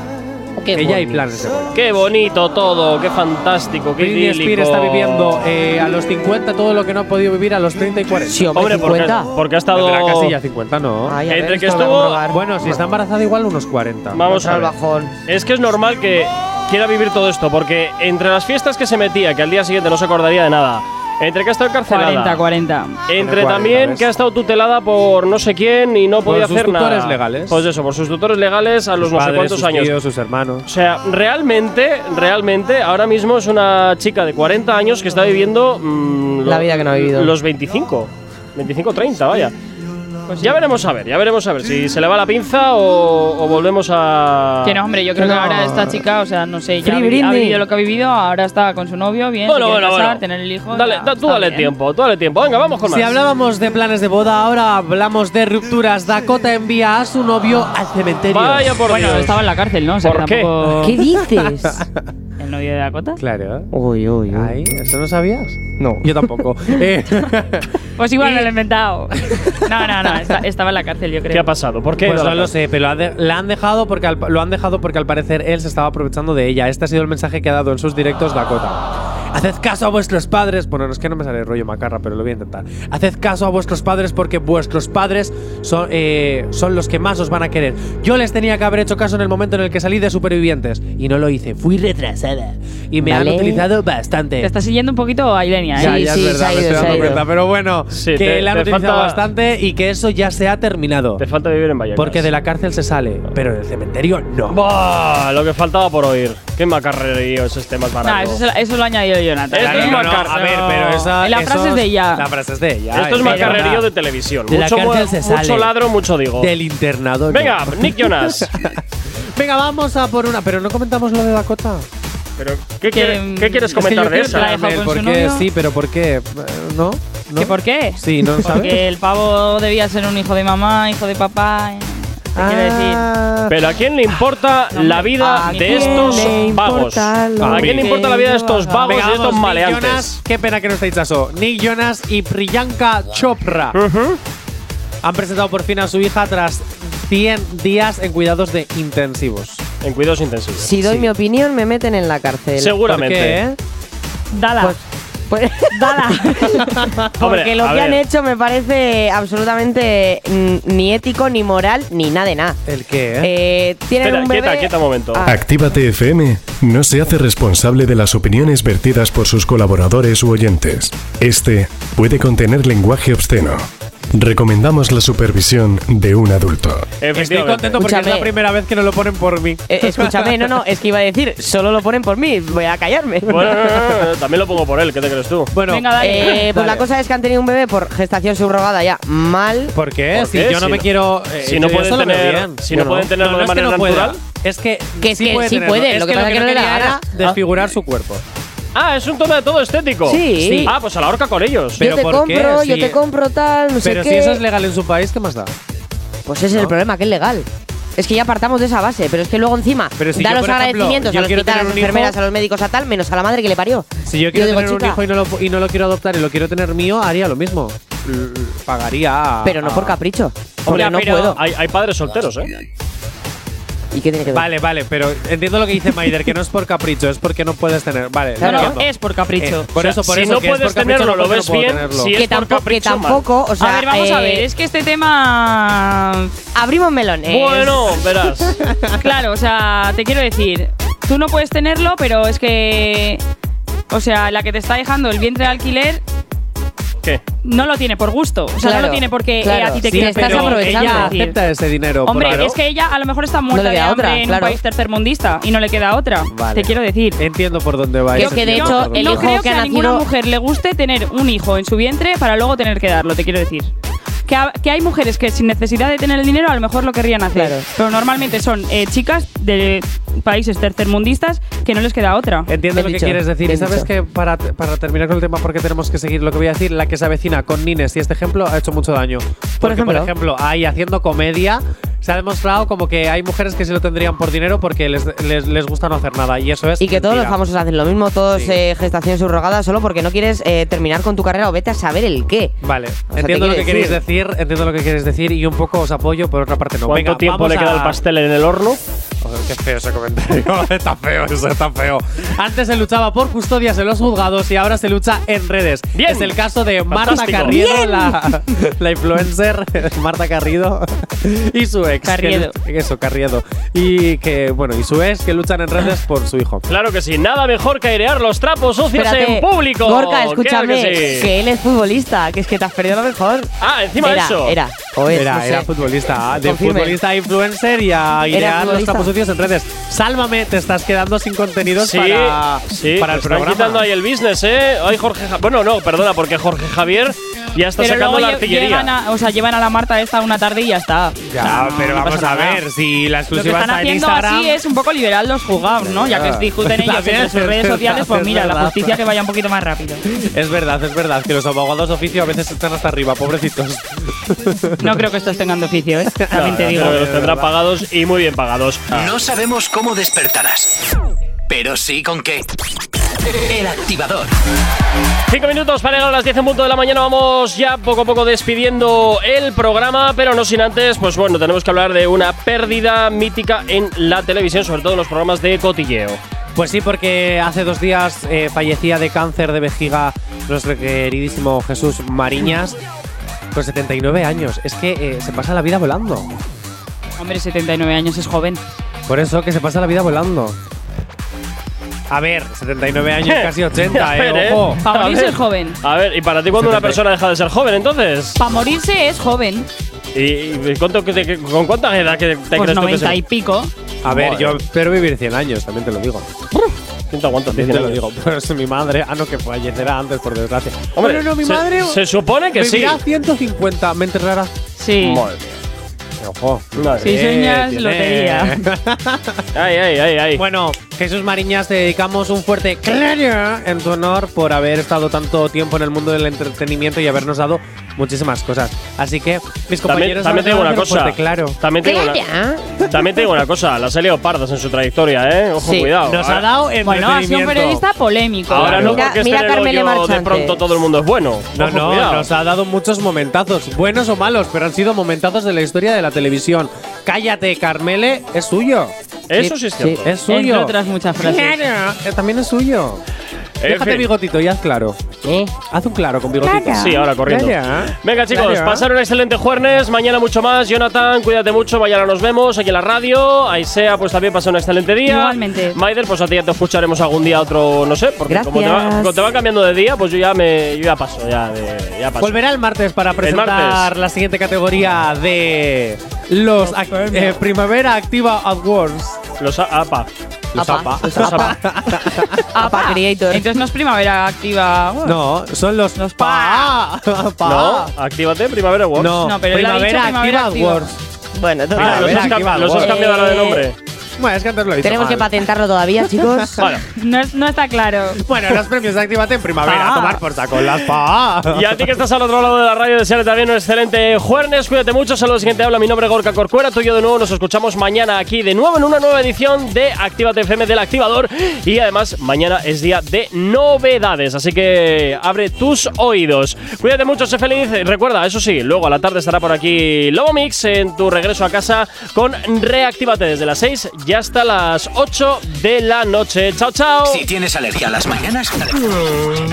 [SPEAKER 4] que ya hay planes de boda.
[SPEAKER 2] Qué bonito todo, qué fantástico, qué
[SPEAKER 4] Britney Spears
[SPEAKER 2] idílico.
[SPEAKER 4] está viviendo eh, a los 50 todo lo que no ha podido vivir a los 30 y 40.
[SPEAKER 5] Sí, hombre,
[SPEAKER 2] Hombre, porque,
[SPEAKER 5] 50.
[SPEAKER 2] porque ha estado.
[SPEAKER 4] Tendrá casi ya 50, ¿no?
[SPEAKER 5] Ay, a
[SPEAKER 2] Entre
[SPEAKER 5] ver,
[SPEAKER 2] que
[SPEAKER 5] esto lo
[SPEAKER 2] estuvo-
[SPEAKER 5] voy a comprobar.
[SPEAKER 4] Bueno, si está embarazada igual unos 40.
[SPEAKER 2] Vamos a
[SPEAKER 5] Al
[SPEAKER 2] ver.
[SPEAKER 5] bajón.
[SPEAKER 2] Es que es normal que quiera vivir todo esto, porque entre las fiestas que se metía, que al día siguiente no se acordaría de nada, entre que ha estado encarcelada,
[SPEAKER 3] 40, 40.
[SPEAKER 2] entre
[SPEAKER 4] 40,
[SPEAKER 2] también
[SPEAKER 4] ¿ves?
[SPEAKER 2] que ha estado tutelada por no sé quién y no
[SPEAKER 4] Por
[SPEAKER 2] podía
[SPEAKER 4] sus
[SPEAKER 2] hacer nada.
[SPEAKER 4] tutores legales.
[SPEAKER 2] Pues eso, por sus tutores legales a los
[SPEAKER 4] Sus
[SPEAKER 2] no sé
[SPEAKER 4] padres,
[SPEAKER 2] cuántos
[SPEAKER 4] sus
[SPEAKER 2] años.
[SPEAKER 4] tíos, sus hermanos.
[SPEAKER 2] O sea, realmente, realmente, ahora mismo es una chica de 40 años que está viviendo. mm,
[SPEAKER 5] La vida que no ha vivido.
[SPEAKER 2] Los 25. 25, 30, vaya.
[SPEAKER 5] Pues
[SPEAKER 2] ya veremos a ver, ya veremos a ver si se le va la pinza o, o volvemos a.
[SPEAKER 3] Que no, hombre, yo creo que ahora esta chica, o sea, no sé, ya
[SPEAKER 5] Free
[SPEAKER 3] ha vivi- ha
[SPEAKER 5] Britney.
[SPEAKER 3] vivido lo que ha vivido, ahora está con su novio, bien,
[SPEAKER 2] Bueno,
[SPEAKER 3] se quiere
[SPEAKER 2] bueno,
[SPEAKER 3] casar,
[SPEAKER 2] bueno.
[SPEAKER 3] tener el hijo.
[SPEAKER 2] Dale,
[SPEAKER 3] ya
[SPEAKER 2] da- tú
[SPEAKER 3] está
[SPEAKER 2] dale
[SPEAKER 3] bien.
[SPEAKER 2] tiempo, tú dale tiempo. Venga, vamos con
[SPEAKER 4] Si
[SPEAKER 2] más.
[SPEAKER 4] hablábamos de planes de boda, ahora hablamos de rupturas. Dakota envía a su novio al cementerio.
[SPEAKER 2] Vaya por
[SPEAKER 3] Bueno,
[SPEAKER 2] Dios.
[SPEAKER 3] estaba en la cárcel, ¿no? O sea,
[SPEAKER 2] ¿Por
[SPEAKER 3] que
[SPEAKER 2] qué?
[SPEAKER 3] tampoco-
[SPEAKER 5] ¿Qué dices?
[SPEAKER 3] ¿El novio de Dakota?
[SPEAKER 4] Claro.
[SPEAKER 5] uy, uy,
[SPEAKER 4] Ay, ¿eso no sabías?
[SPEAKER 5] No.
[SPEAKER 4] Yo tampoco. Eh,
[SPEAKER 3] Pues igual me lo he inventado. No, no, no, esta- estaba en la cárcel, yo creo.
[SPEAKER 2] ¿Qué ha pasado? ¿Por qué?
[SPEAKER 4] pues
[SPEAKER 2] Dora?
[SPEAKER 4] no lo sé, pero ha de- la han dejado porque al, lo han dejado porque al parecer él se estaba aprovechando de ella. Este ha sido el mensaje que ha dado en sus directos Dakota. Haced caso a vuestros padres. Bueno, no es que no me sale el rollo macarra, pero lo voy a intentar. Haced caso a vuestros padres porque vuestros padres son, eh, son los que más os van a querer. Yo les tenía que haber hecho caso en el momento en el que salí de supervivientes y no lo hice. Fui retrasada y me
[SPEAKER 5] Vale.
[SPEAKER 4] han utilizado bastante.
[SPEAKER 3] Te está siguiendo un poquito a Ilenia, ¿eh?
[SPEAKER 4] Ya,
[SPEAKER 5] Sí,
[SPEAKER 4] ya
[SPEAKER 5] sí,
[SPEAKER 4] es
[SPEAKER 5] se
[SPEAKER 4] verdad,
[SPEAKER 5] ha
[SPEAKER 4] me
[SPEAKER 5] ido,
[SPEAKER 4] estoy
[SPEAKER 5] se ha
[SPEAKER 4] dando
[SPEAKER 5] ido.
[SPEAKER 4] cuenta. Pero bueno,
[SPEAKER 2] Sí,
[SPEAKER 4] que
[SPEAKER 2] te-
[SPEAKER 4] la han
[SPEAKER 2] te
[SPEAKER 4] utilizado
[SPEAKER 2] falta-
[SPEAKER 4] bastante y que eso ya se ha terminado.
[SPEAKER 2] Te falta vivir en Vallecas.
[SPEAKER 4] Porque de la cárcel se sale, pero del cementerio no.
[SPEAKER 2] Buah, Lo que faltaba por oír. Qué macarrerío es este más barato.
[SPEAKER 3] No, eso, se lo- eso lo ha añadido Jonathan.
[SPEAKER 2] Esto es
[SPEAKER 4] Claro, no,
[SPEAKER 2] macarra.
[SPEAKER 4] A ver, pero esa.
[SPEAKER 3] Y la
[SPEAKER 4] eso
[SPEAKER 3] frase es de ella.
[SPEAKER 4] La frase es de ella.
[SPEAKER 2] Esto es
[SPEAKER 4] es verdad.
[SPEAKER 2] macarrerío de televisión.
[SPEAKER 4] De la
[SPEAKER 2] mucho, mu-
[SPEAKER 4] cárcel se
[SPEAKER 2] mucho
[SPEAKER 4] sale.
[SPEAKER 2] ladro, mucho digo.
[SPEAKER 4] Del internado. no.
[SPEAKER 2] Venga, Nick Jonas.
[SPEAKER 4] Venga, vamos a por una. Pero no comentamos lo de Dakota.
[SPEAKER 2] Pero, ¿qué,
[SPEAKER 3] Que,
[SPEAKER 2] quiere-
[SPEAKER 3] mm,
[SPEAKER 2] qué quieres
[SPEAKER 3] es que yo
[SPEAKER 2] comentar de
[SPEAKER 3] creo que
[SPEAKER 2] esa?
[SPEAKER 3] la dejado
[SPEAKER 4] Mel,
[SPEAKER 3] con
[SPEAKER 4] ¿por
[SPEAKER 3] su
[SPEAKER 4] qué?
[SPEAKER 3] novio?
[SPEAKER 4] Sí, pero ¿por qué? Eh, ¿No? ¿No?
[SPEAKER 3] ¿Que por qué?
[SPEAKER 4] Sí, no lo sabes.
[SPEAKER 3] Porque el pavo debía ser un hijo de mamá, hijo de papá. eh, Te quiero decir.
[SPEAKER 4] Ah,
[SPEAKER 2] Pero ¿a quién le importa la vida
[SPEAKER 3] ¿a
[SPEAKER 2] de
[SPEAKER 3] quién
[SPEAKER 2] estos
[SPEAKER 5] le
[SPEAKER 2] vagos?
[SPEAKER 5] importa lo
[SPEAKER 2] ¿A quién le
[SPEAKER 5] que
[SPEAKER 2] importa la vida de
[SPEAKER 5] yo
[SPEAKER 2] estos
[SPEAKER 5] haga?
[SPEAKER 2] vagos
[SPEAKER 4] Venga,
[SPEAKER 2] y de estos
[SPEAKER 4] vamos, Nick
[SPEAKER 2] maleantes?
[SPEAKER 4] Jonas, qué pena que no estáis a eso. Nick Jonas y Priyanka Chopra han presentado por fin a su hija tras 100 días en cuidados de intensivos.
[SPEAKER 2] En cuidados intensivos.
[SPEAKER 5] Si doy
[SPEAKER 4] Sí.
[SPEAKER 5] mi opinión, me meten en la cárcel.
[SPEAKER 2] Seguramente.
[SPEAKER 4] ¿Por qué, eh?
[SPEAKER 3] Dala.
[SPEAKER 5] Pues, Pues dala. Porque
[SPEAKER 2] Hombre,
[SPEAKER 5] lo
[SPEAKER 2] a
[SPEAKER 5] que han
[SPEAKER 2] ver.
[SPEAKER 5] hecho me parece absolutamente mm, ni ético, ni moral, ni nada de nada.
[SPEAKER 4] ¿El qué, eh?
[SPEAKER 5] Eh, tienen
[SPEAKER 2] Espera,
[SPEAKER 5] un bebé.
[SPEAKER 2] quieta, quieta un momento.
[SPEAKER 5] Ah.
[SPEAKER 9] Actívate FM no se hace responsable de las opiniones vertidas por sus colaboradores u oyentes. Este puede contener lenguaje obsceno. Recomendamos la supervisión de un adulto.
[SPEAKER 4] Estoy
[SPEAKER 2] Efectivamente.
[SPEAKER 4] contento porque es
[SPEAKER 5] Escúchame.
[SPEAKER 4] la primera vez que no lo ponen por mí.
[SPEAKER 5] Eh, escúchame, no, no, es que iba a decir, solo lo ponen por mí, voy a callarme.
[SPEAKER 2] Bueno, no, no, no, no, también lo pongo por él, ¿qué te crees tú?
[SPEAKER 4] Bueno,
[SPEAKER 3] Venga, dale.
[SPEAKER 5] Eh, pues la cosa es que han tenido un bebé por gestación subrogada ya mal.
[SPEAKER 4] ¿Por qué?
[SPEAKER 2] ¿Por
[SPEAKER 4] si
[SPEAKER 2] qué?
[SPEAKER 4] yo no
[SPEAKER 2] Si
[SPEAKER 4] me
[SPEAKER 2] no-
[SPEAKER 4] quiero. eh,
[SPEAKER 2] si no
[SPEAKER 4] yo
[SPEAKER 2] pueden
[SPEAKER 4] eso lo veo
[SPEAKER 2] tener-
[SPEAKER 4] bien.
[SPEAKER 2] si no pueden tenerlo de
[SPEAKER 4] es que
[SPEAKER 2] manera
[SPEAKER 4] pueda.
[SPEAKER 2] natural.
[SPEAKER 4] Es que.
[SPEAKER 5] Que es que sí
[SPEAKER 4] tenerlo.
[SPEAKER 5] puede, lo que pasa es que no le da
[SPEAKER 4] quería
[SPEAKER 5] gana.
[SPEAKER 4] era Desfigurar su cuerpo.
[SPEAKER 2] Ah, es un tema de todo estético.
[SPEAKER 5] Sí. Sí.
[SPEAKER 2] Ah, pues a la horca con ellos.
[SPEAKER 4] Pero
[SPEAKER 5] yo te
[SPEAKER 4] ¿por qué?
[SPEAKER 5] compro, yo
[SPEAKER 4] Si-
[SPEAKER 5] te compro tal, no
[SPEAKER 4] Pero
[SPEAKER 5] sé
[SPEAKER 4] si
[SPEAKER 5] qué.
[SPEAKER 4] eso es legal en su país, ¿qué más da?
[SPEAKER 5] pues ese es el problema, que es legal. Es que ya partamos de esa base, pero es que luego encima
[SPEAKER 4] Pero si
[SPEAKER 5] da
[SPEAKER 4] yo,
[SPEAKER 5] los
[SPEAKER 4] por ejemplo,
[SPEAKER 5] agradecimientos
[SPEAKER 4] yo
[SPEAKER 5] a los
[SPEAKER 4] quiero
[SPEAKER 5] hospitales,
[SPEAKER 4] tener
[SPEAKER 5] a las
[SPEAKER 4] un hijo-
[SPEAKER 5] enfermeras, a los médicos, a tal, menos a la madre que le parió.
[SPEAKER 4] Si yo quiero
[SPEAKER 5] digo,
[SPEAKER 4] tener un
[SPEAKER 5] chica,
[SPEAKER 4] hijo y no, lo, y no lo quiero adoptar y lo quiero tener mío, haría lo mismo. L- Pagaría. a-
[SPEAKER 5] Pero no por
[SPEAKER 4] a-
[SPEAKER 5] capricho,
[SPEAKER 2] Hombre,
[SPEAKER 5] porque no
[SPEAKER 2] pero
[SPEAKER 5] puedo.
[SPEAKER 2] Hay, hay padres solteros, ¿eh?
[SPEAKER 5] ¿Y qué tiene que ver?
[SPEAKER 4] Vale, vale, pero entiendo lo que dice Maider, que no es por capricho, es porque no puedes tener. Vale, lo
[SPEAKER 5] Claro.
[SPEAKER 4] entiendo.
[SPEAKER 3] Es por capricho.
[SPEAKER 4] Eh, por
[SPEAKER 2] O sea,
[SPEAKER 4] eso, por
[SPEAKER 2] si
[SPEAKER 4] eso.
[SPEAKER 2] no
[SPEAKER 4] que es por
[SPEAKER 2] puedes
[SPEAKER 4] capricho,
[SPEAKER 2] tenerlo,
[SPEAKER 4] no
[SPEAKER 2] lo
[SPEAKER 4] porque no
[SPEAKER 2] ves
[SPEAKER 4] puedo
[SPEAKER 2] bien,
[SPEAKER 4] tenerlo.
[SPEAKER 2] si es- por
[SPEAKER 5] que, tampoco, que
[SPEAKER 2] capricho, mal.
[SPEAKER 5] tampoco, o sea,
[SPEAKER 3] a ver, vamos a
[SPEAKER 5] eh,
[SPEAKER 3] ver, es que este tema.
[SPEAKER 5] abrimos melones.
[SPEAKER 2] Bueno, verás.
[SPEAKER 3] Claro, o sea, te quiero decir, tú no puedes tenerlo, pero es que. O sea, la que te está dejando el vientre de alquiler
[SPEAKER 2] ¿Qué?
[SPEAKER 3] no lo tiene por gusto. O sea,
[SPEAKER 5] Claro,
[SPEAKER 3] no lo tiene porque eh, a
[SPEAKER 5] claro.
[SPEAKER 3] ti te
[SPEAKER 5] Sí,
[SPEAKER 3] quiere
[SPEAKER 5] estás
[SPEAKER 3] pero
[SPEAKER 5] aprovechando.
[SPEAKER 3] ella-
[SPEAKER 5] decir.
[SPEAKER 4] acepta ese dinero. por
[SPEAKER 3] Hombre,
[SPEAKER 4] favor.
[SPEAKER 3] es que ella a lo mejor está muerta
[SPEAKER 5] No le
[SPEAKER 3] de
[SPEAKER 5] queda
[SPEAKER 3] hambre
[SPEAKER 5] otra,
[SPEAKER 3] en
[SPEAKER 5] claro.
[SPEAKER 3] un país tercermundista y no le queda otra.
[SPEAKER 4] Vale.
[SPEAKER 3] Te quiero decir.
[SPEAKER 4] Entiendo por dónde va.
[SPEAKER 5] Creo
[SPEAKER 4] ese
[SPEAKER 5] que, de
[SPEAKER 4] tío,
[SPEAKER 5] hecho,
[SPEAKER 4] por
[SPEAKER 5] el
[SPEAKER 3] no
[SPEAKER 4] dónde
[SPEAKER 5] hijo
[SPEAKER 4] va.
[SPEAKER 3] creo que,
[SPEAKER 5] que ha
[SPEAKER 3] a ninguna
[SPEAKER 5] nacido-
[SPEAKER 3] mujer le guste tener un hijo en su vientre para luego tener que darlo, te quiero decir. Que, ha- que hay mujeres que sin necesidad de tener el dinero a lo mejor lo querrían hacer.
[SPEAKER 5] Claro.
[SPEAKER 3] Pero normalmente son eh, chicas de países tercermundistas que no les queda otra.
[SPEAKER 4] Entiendo
[SPEAKER 5] Bien
[SPEAKER 4] lo que
[SPEAKER 5] dicho,
[SPEAKER 4] quieres decir. Y
[SPEAKER 5] bien
[SPEAKER 4] sabes
[SPEAKER 5] dicho.
[SPEAKER 4] que para, te- para terminar con el tema, porque tenemos que seguir lo que voy a decir, la que se avecina con Nines y este ejemplo ha hecho mucho daño. Porque,
[SPEAKER 5] ejemplo.
[SPEAKER 4] por ejemplo, ahí haciendo comedia se ha demostrado como que hay mujeres que sí lo tendrían por dinero porque les, les, les gusta no hacer nada. Y eso es.
[SPEAKER 5] Y que todos los
[SPEAKER 4] mentira.
[SPEAKER 5] famosos hacen lo mismo, todos
[SPEAKER 4] Sí.
[SPEAKER 5] eh, gestación subrogada, solo porque no quieres eh, terminar con tu carrera o vete a saber el qué.
[SPEAKER 4] Vale,
[SPEAKER 5] O sea,
[SPEAKER 4] entiendo
[SPEAKER 5] te
[SPEAKER 4] lo que
[SPEAKER 5] quiere
[SPEAKER 4] queréis
[SPEAKER 5] decir.
[SPEAKER 4] decir, entiendo lo que queréis decir y un poco os apoyo, por otra parte no.
[SPEAKER 2] ¿Cuánto
[SPEAKER 4] Venga,
[SPEAKER 2] tiempo
[SPEAKER 4] vamos
[SPEAKER 2] le queda
[SPEAKER 4] a-
[SPEAKER 2] el pastel en el horno?
[SPEAKER 4] Joder, qué feo ese comentario. está feo, eso está feo. Antes se luchaba por custodias en los juzgados y ahora se lucha en redes.
[SPEAKER 2] Bien.
[SPEAKER 4] Es el caso de Marta
[SPEAKER 2] Fantástico.
[SPEAKER 4] Carriedo, la, la influencer Marta Carrido y su ex. que
[SPEAKER 3] Carriedo.
[SPEAKER 4] lu- eso, Carriedo. Y que, bueno, y su ex que luchan en redes por su hijo.
[SPEAKER 2] Claro que sí, nada mejor que airear los trapos sucios
[SPEAKER 5] Espérate,
[SPEAKER 2] en público.
[SPEAKER 5] Gorka,
[SPEAKER 2] Claro que
[SPEAKER 5] escúchame,
[SPEAKER 2] sí.
[SPEAKER 5] que él es futbolista, que es que te has perdido lo mejor.
[SPEAKER 2] Ah, encima
[SPEAKER 5] era,
[SPEAKER 2] de eso.
[SPEAKER 5] Era, o es,
[SPEAKER 4] era,
[SPEAKER 5] no sé.
[SPEAKER 4] era futbolista, de
[SPEAKER 5] Confirmen.
[SPEAKER 4] futbolista a influencer y a idear los
[SPEAKER 5] futbolista.
[SPEAKER 4] trapos sucios en redes. Sálvame, te estás quedando sin contenidos
[SPEAKER 2] Sí,
[SPEAKER 4] para,
[SPEAKER 2] sí,
[SPEAKER 4] para
[SPEAKER 2] te están
[SPEAKER 4] el programa.
[SPEAKER 2] quitando ahí el business, ¿eh? Ay, Jorge Ja- Bueno, no, perdona, porque Jorge Javier ya está
[SPEAKER 3] Pero
[SPEAKER 2] sacando
[SPEAKER 3] luego
[SPEAKER 2] la
[SPEAKER 3] lle-
[SPEAKER 2] artillería.
[SPEAKER 3] llegan a, o sea, llevan a la Marta esta una tarde y ya está.
[SPEAKER 4] Ya, Ah, pero
[SPEAKER 3] no
[SPEAKER 4] vamos
[SPEAKER 3] pasa
[SPEAKER 4] a
[SPEAKER 3] nada.
[SPEAKER 4] ver, si la
[SPEAKER 3] Lo que
[SPEAKER 4] exclusiva
[SPEAKER 3] están
[SPEAKER 4] está en
[SPEAKER 3] haciendo
[SPEAKER 4] Instagram.
[SPEAKER 3] así es un poco liberal los jugados, ¿no? Ya que discuten ellos
[SPEAKER 4] También
[SPEAKER 3] en sus
[SPEAKER 4] es
[SPEAKER 3] redes
[SPEAKER 4] verdad,
[SPEAKER 3] sociales, pues
[SPEAKER 4] es
[SPEAKER 3] mira, la
[SPEAKER 4] verdad.
[SPEAKER 3] justicia que vaya un poquito más rápido.
[SPEAKER 4] Es verdad, es verdad, que los abogados de oficio a veces están hasta arriba, pobrecitos.
[SPEAKER 3] No creo que estos tengan de oficio, ¿eh? También te
[SPEAKER 2] Pero
[SPEAKER 3] digo.
[SPEAKER 2] los tendrá pagados y muy bien pagados.
[SPEAKER 4] Ah.
[SPEAKER 1] No sabemos cómo despertarás, pero sí con qué. El activador.
[SPEAKER 2] Cinco minutos para llegar a las 10 en punto de la mañana. Vamos ya poco a poco despidiendo el programa, pero no sin antes, pues bueno, tenemos que hablar de una pérdida mítica en la televisión, sobre todo en los programas de cotilleo.
[SPEAKER 4] Pues sí, porque hace dos días eh, fallecía de cáncer de vejiga nuestro queridísimo Jesús Mariñas. Con 79 años, es que eh, se pasa la vida volando.
[SPEAKER 3] Hombre, 79 años es joven.
[SPEAKER 4] Por eso que se pasa la vida volando. A ver, 79 años, casi 80,
[SPEAKER 2] A ver,
[SPEAKER 4] eh,
[SPEAKER 2] ¿eh?
[SPEAKER 4] ojo.
[SPEAKER 3] Para
[SPEAKER 2] A
[SPEAKER 3] morirse
[SPEAKER 2] ver.
[SPEAKER 3] es joven.
[SPEAKER 2] A ver, ¿y para ti cuando una
[SPEAKER 4] 70.
[SPEAKER 2] persona deja de ser joven entonces?
[SPEAKER 3] Para morirse es joven.
[SPEAKER 2] ¿Y, y cuánto, que te- con cuánta edad que te
[SPEAKER 3] Pues
[SPEAKER 2] crees tú que
[SPEAKER 3] 90
[SPEAKER 2] se-
[SPEAKER 3] y pico.
[SPEAKER 4] A ver,
[SPEAKER 2] Madre.
[SPEAKER 4] yo espero vivir 100 años, también te lo digo.
[SPEAKER 2] ¿Quién te aguanta?
[SPEAKER 4] También te lo
[SPEAKER 2] 19?
[SPEAKER 4] digo, pero es mi madre. Ah, no, que fallecerá antes, por desgracia.
[SPEAKER 2] Hombre,
[SPEAKER 4] Bueno, no, mi
[SPEAKER 2] se-
[SPEAKER 4] madre.
[SPEAKER 2] se supone que sí.
[SPEAKER 4] vivirá 150, mente rara.
[SPEAKER 3] Sí.
[SPEAKER 4] Ojo.
[SPEAKER 3] Si
[SPEAKER 4] Eh,
[SPEAKER 3] sueñas,
[SPEAKER 4] tiene-
[SPEAKER 3] lotería.
[SPEAKER 2] Ay, ay, ay, ay.
[SPEAKER 4] Bueno, Jesús Mariñas, te dedicamos un fuerte claro en tu honor por haber estado tanto tiempo en el mundo del entretenimiento y habernos dado muchísimas cosas. Así que,
[SPEAKER 2] también,
[SPEAKER 4] mis compañeros.
[SPEAKER 2] también te digo
[SPEAKER 4] ahora
[SPEAKER 2] una
[SPEAKER 4] van a hacer un
[SPEAKER 2] cosa.
[SPEAKER 4] fuerte Claro.
[SPEAKER 2] También te digo una,
[SPEAKER 5] Clara.
[SPEAKER 2] también te digo una cosa. Las he liado pardas en su trayectoria, ¿eh? Ojo,
[SPEAKER 5] Sí.
[SPEAKER 2] cuidado.
[SPEAKER 4] Nos ha
[SPEAKER 2] Ahora-
[SPEAKER 4] dado entretenimiento.
[SPEAKER 3] Bueno, ha sido un periodista polémico.
[SPEAKER 2] Ahora no
[SPEAKER 5] Mira-
[SPEAKER 2] porque esté
[SPEAKER 5] mira
[SPEAKER 2] en el
[SPEAKER 5] Carmele
[SPEAKER 2] hoyo de
[SPEAKER 5] Marchante.
[SPEAKER 2] pronto todo el mundo es bueno.
[SPEAKER 4] No,
[SPEAKER 2] Ojo,
[SPEAKER 4] no,
[SPEAKER 2] cuidado.
[SPEAKER 4] nos ha dado muchos momentazos, buenos o malos, pero han sido momentazos de la historia de la televisión. Cállate, Carmele, es suyo.
[SPEAKER 2] Eso sí es cierto.
[SPEAKER 4] Es
[SPEAKER 3] Entre
[SPEAKER 4] suyo.
[SPEAKER 3] otras muchas frases.
[SPEAKER 4] Claro, eh, También es suyo.
[SPEAKER 2] En
[SPEAKER 4] Déjate
[SPEAKER 2] fin.
[SPEAKER 4] bigotito, ya es claro.
[SPEAKER 5] ¿Eh?
[SPEAKER 4] Haz un claro con bigotito.
[SPEAKER 2] Sí, ahora corriendo.
[SPEAKER 4] Ya, ya.
[SPEAKER 2] Venga, chicos,
[SPEAKER 4] Ya, ya.
[SPEAKER 2] pasar un excelente jueves. Mañana mucho más. Jonathan, cuídate mucho. Mañana nos vemos aquí en la radio. Aisea, pues también pasa un excelente día.
[SPEAKER 3] Igualmente.
[SPEAKER 2] Maider, pues a ti ya te escucharemos algún día otro, no sé, porque como te, va,
[SPEAKER 5] Gracias.
[SPEAKER 2] como te va cambiando de día, pues yo ya me yo ya paso, ya, me- ya paso.
[SPEAKER 4] Volverá el martes para presentar
[SPEAKER 2] martes.
[SPEAKER 4] la siguiente categoría de los ac- eh, Primavera Activa Awards.
[SPEAKER 2] Los a- APA. Los
[SPEAKER 5] APA.
[SPEAKER 2] APA. Los APA.
[SPEAKER 5] Apa Creator.
[SPEAKER 3] Entonces no es primavera activa. Wow.
[SPEAKER 4] No, son los,
[SPEAKER 3] Oh. Los pa.
[SPEAKER 4] Pa.
[SPEAKER 2] No,
[SPEAKER 4] Pa.
[SPEAKER 2] actívate, Primavera Awards.
[SPEAKER 4] No,
[SPEAKER 3] No, pero él ha dicho
[SPEAKER 4] Primavera
[SPEAKER 3] Primavera
[SPEAKER 4] Activa
[SPEAKER 3] Activa.
[SPEAKER 4] Awards.
[SPEAKER 5] Bueno, entonces-
[SPEAKER 2] Ah, los
[SPEAKER 4] Primavera
[SPEAKER 2] has,
[SPEAKER 4] Activa
[SPEAKER 2] cam- los has
[SPEAKER 4] Awards.
[SPEAKER 2] cambiado ahora de nombre.
[SPEAKER 4] Bueno, es que antes lo he dicho
[SPEAKER 5] tenemos que
[SPEAKER 4] mal.
[SPEAKER 5] patentarlo todavía, chicos.
[SPEAKER 2] Bueno,
[SPEAKER 3] No, es- no está claro.
[SPEAKER 4] Bueno, los premios de Actívate en Primavera.
[SPEAKER 3] Pa.
[SPEAKER 4] A tomar por saco las pa.
[SPEAKER 2] y a ti que estás al otro lado de la radio, desearle también un excelente jueves. Cuídate mucho. Saludos, gente. Habla mi nombre es Gorka Corcuera. Tú y yo de nuevo nos escuchamos mañana aquí de nuevo en una nueva edición de Actívate FM del Activador. Y además, mañana es día de novedades. Así que abre tus oídos. Cuídate mucho, sé feliz. Recuerda, eso sí, luego a la tarde estará por aquí Lobo Mix en tu regreso a casa con Reactívate desde las 6 y hasta las 8 de la noche. Chao, chao.
[SPEAKER 1] Si tienes alergia a las mañanas,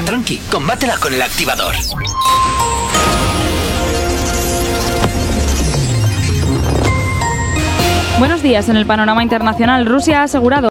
[SPEAKER 1] tranqui, combátela con el activador.
[SPEAKER 3] Buenos días. En el panorama internacional, Rusia ha asegurado.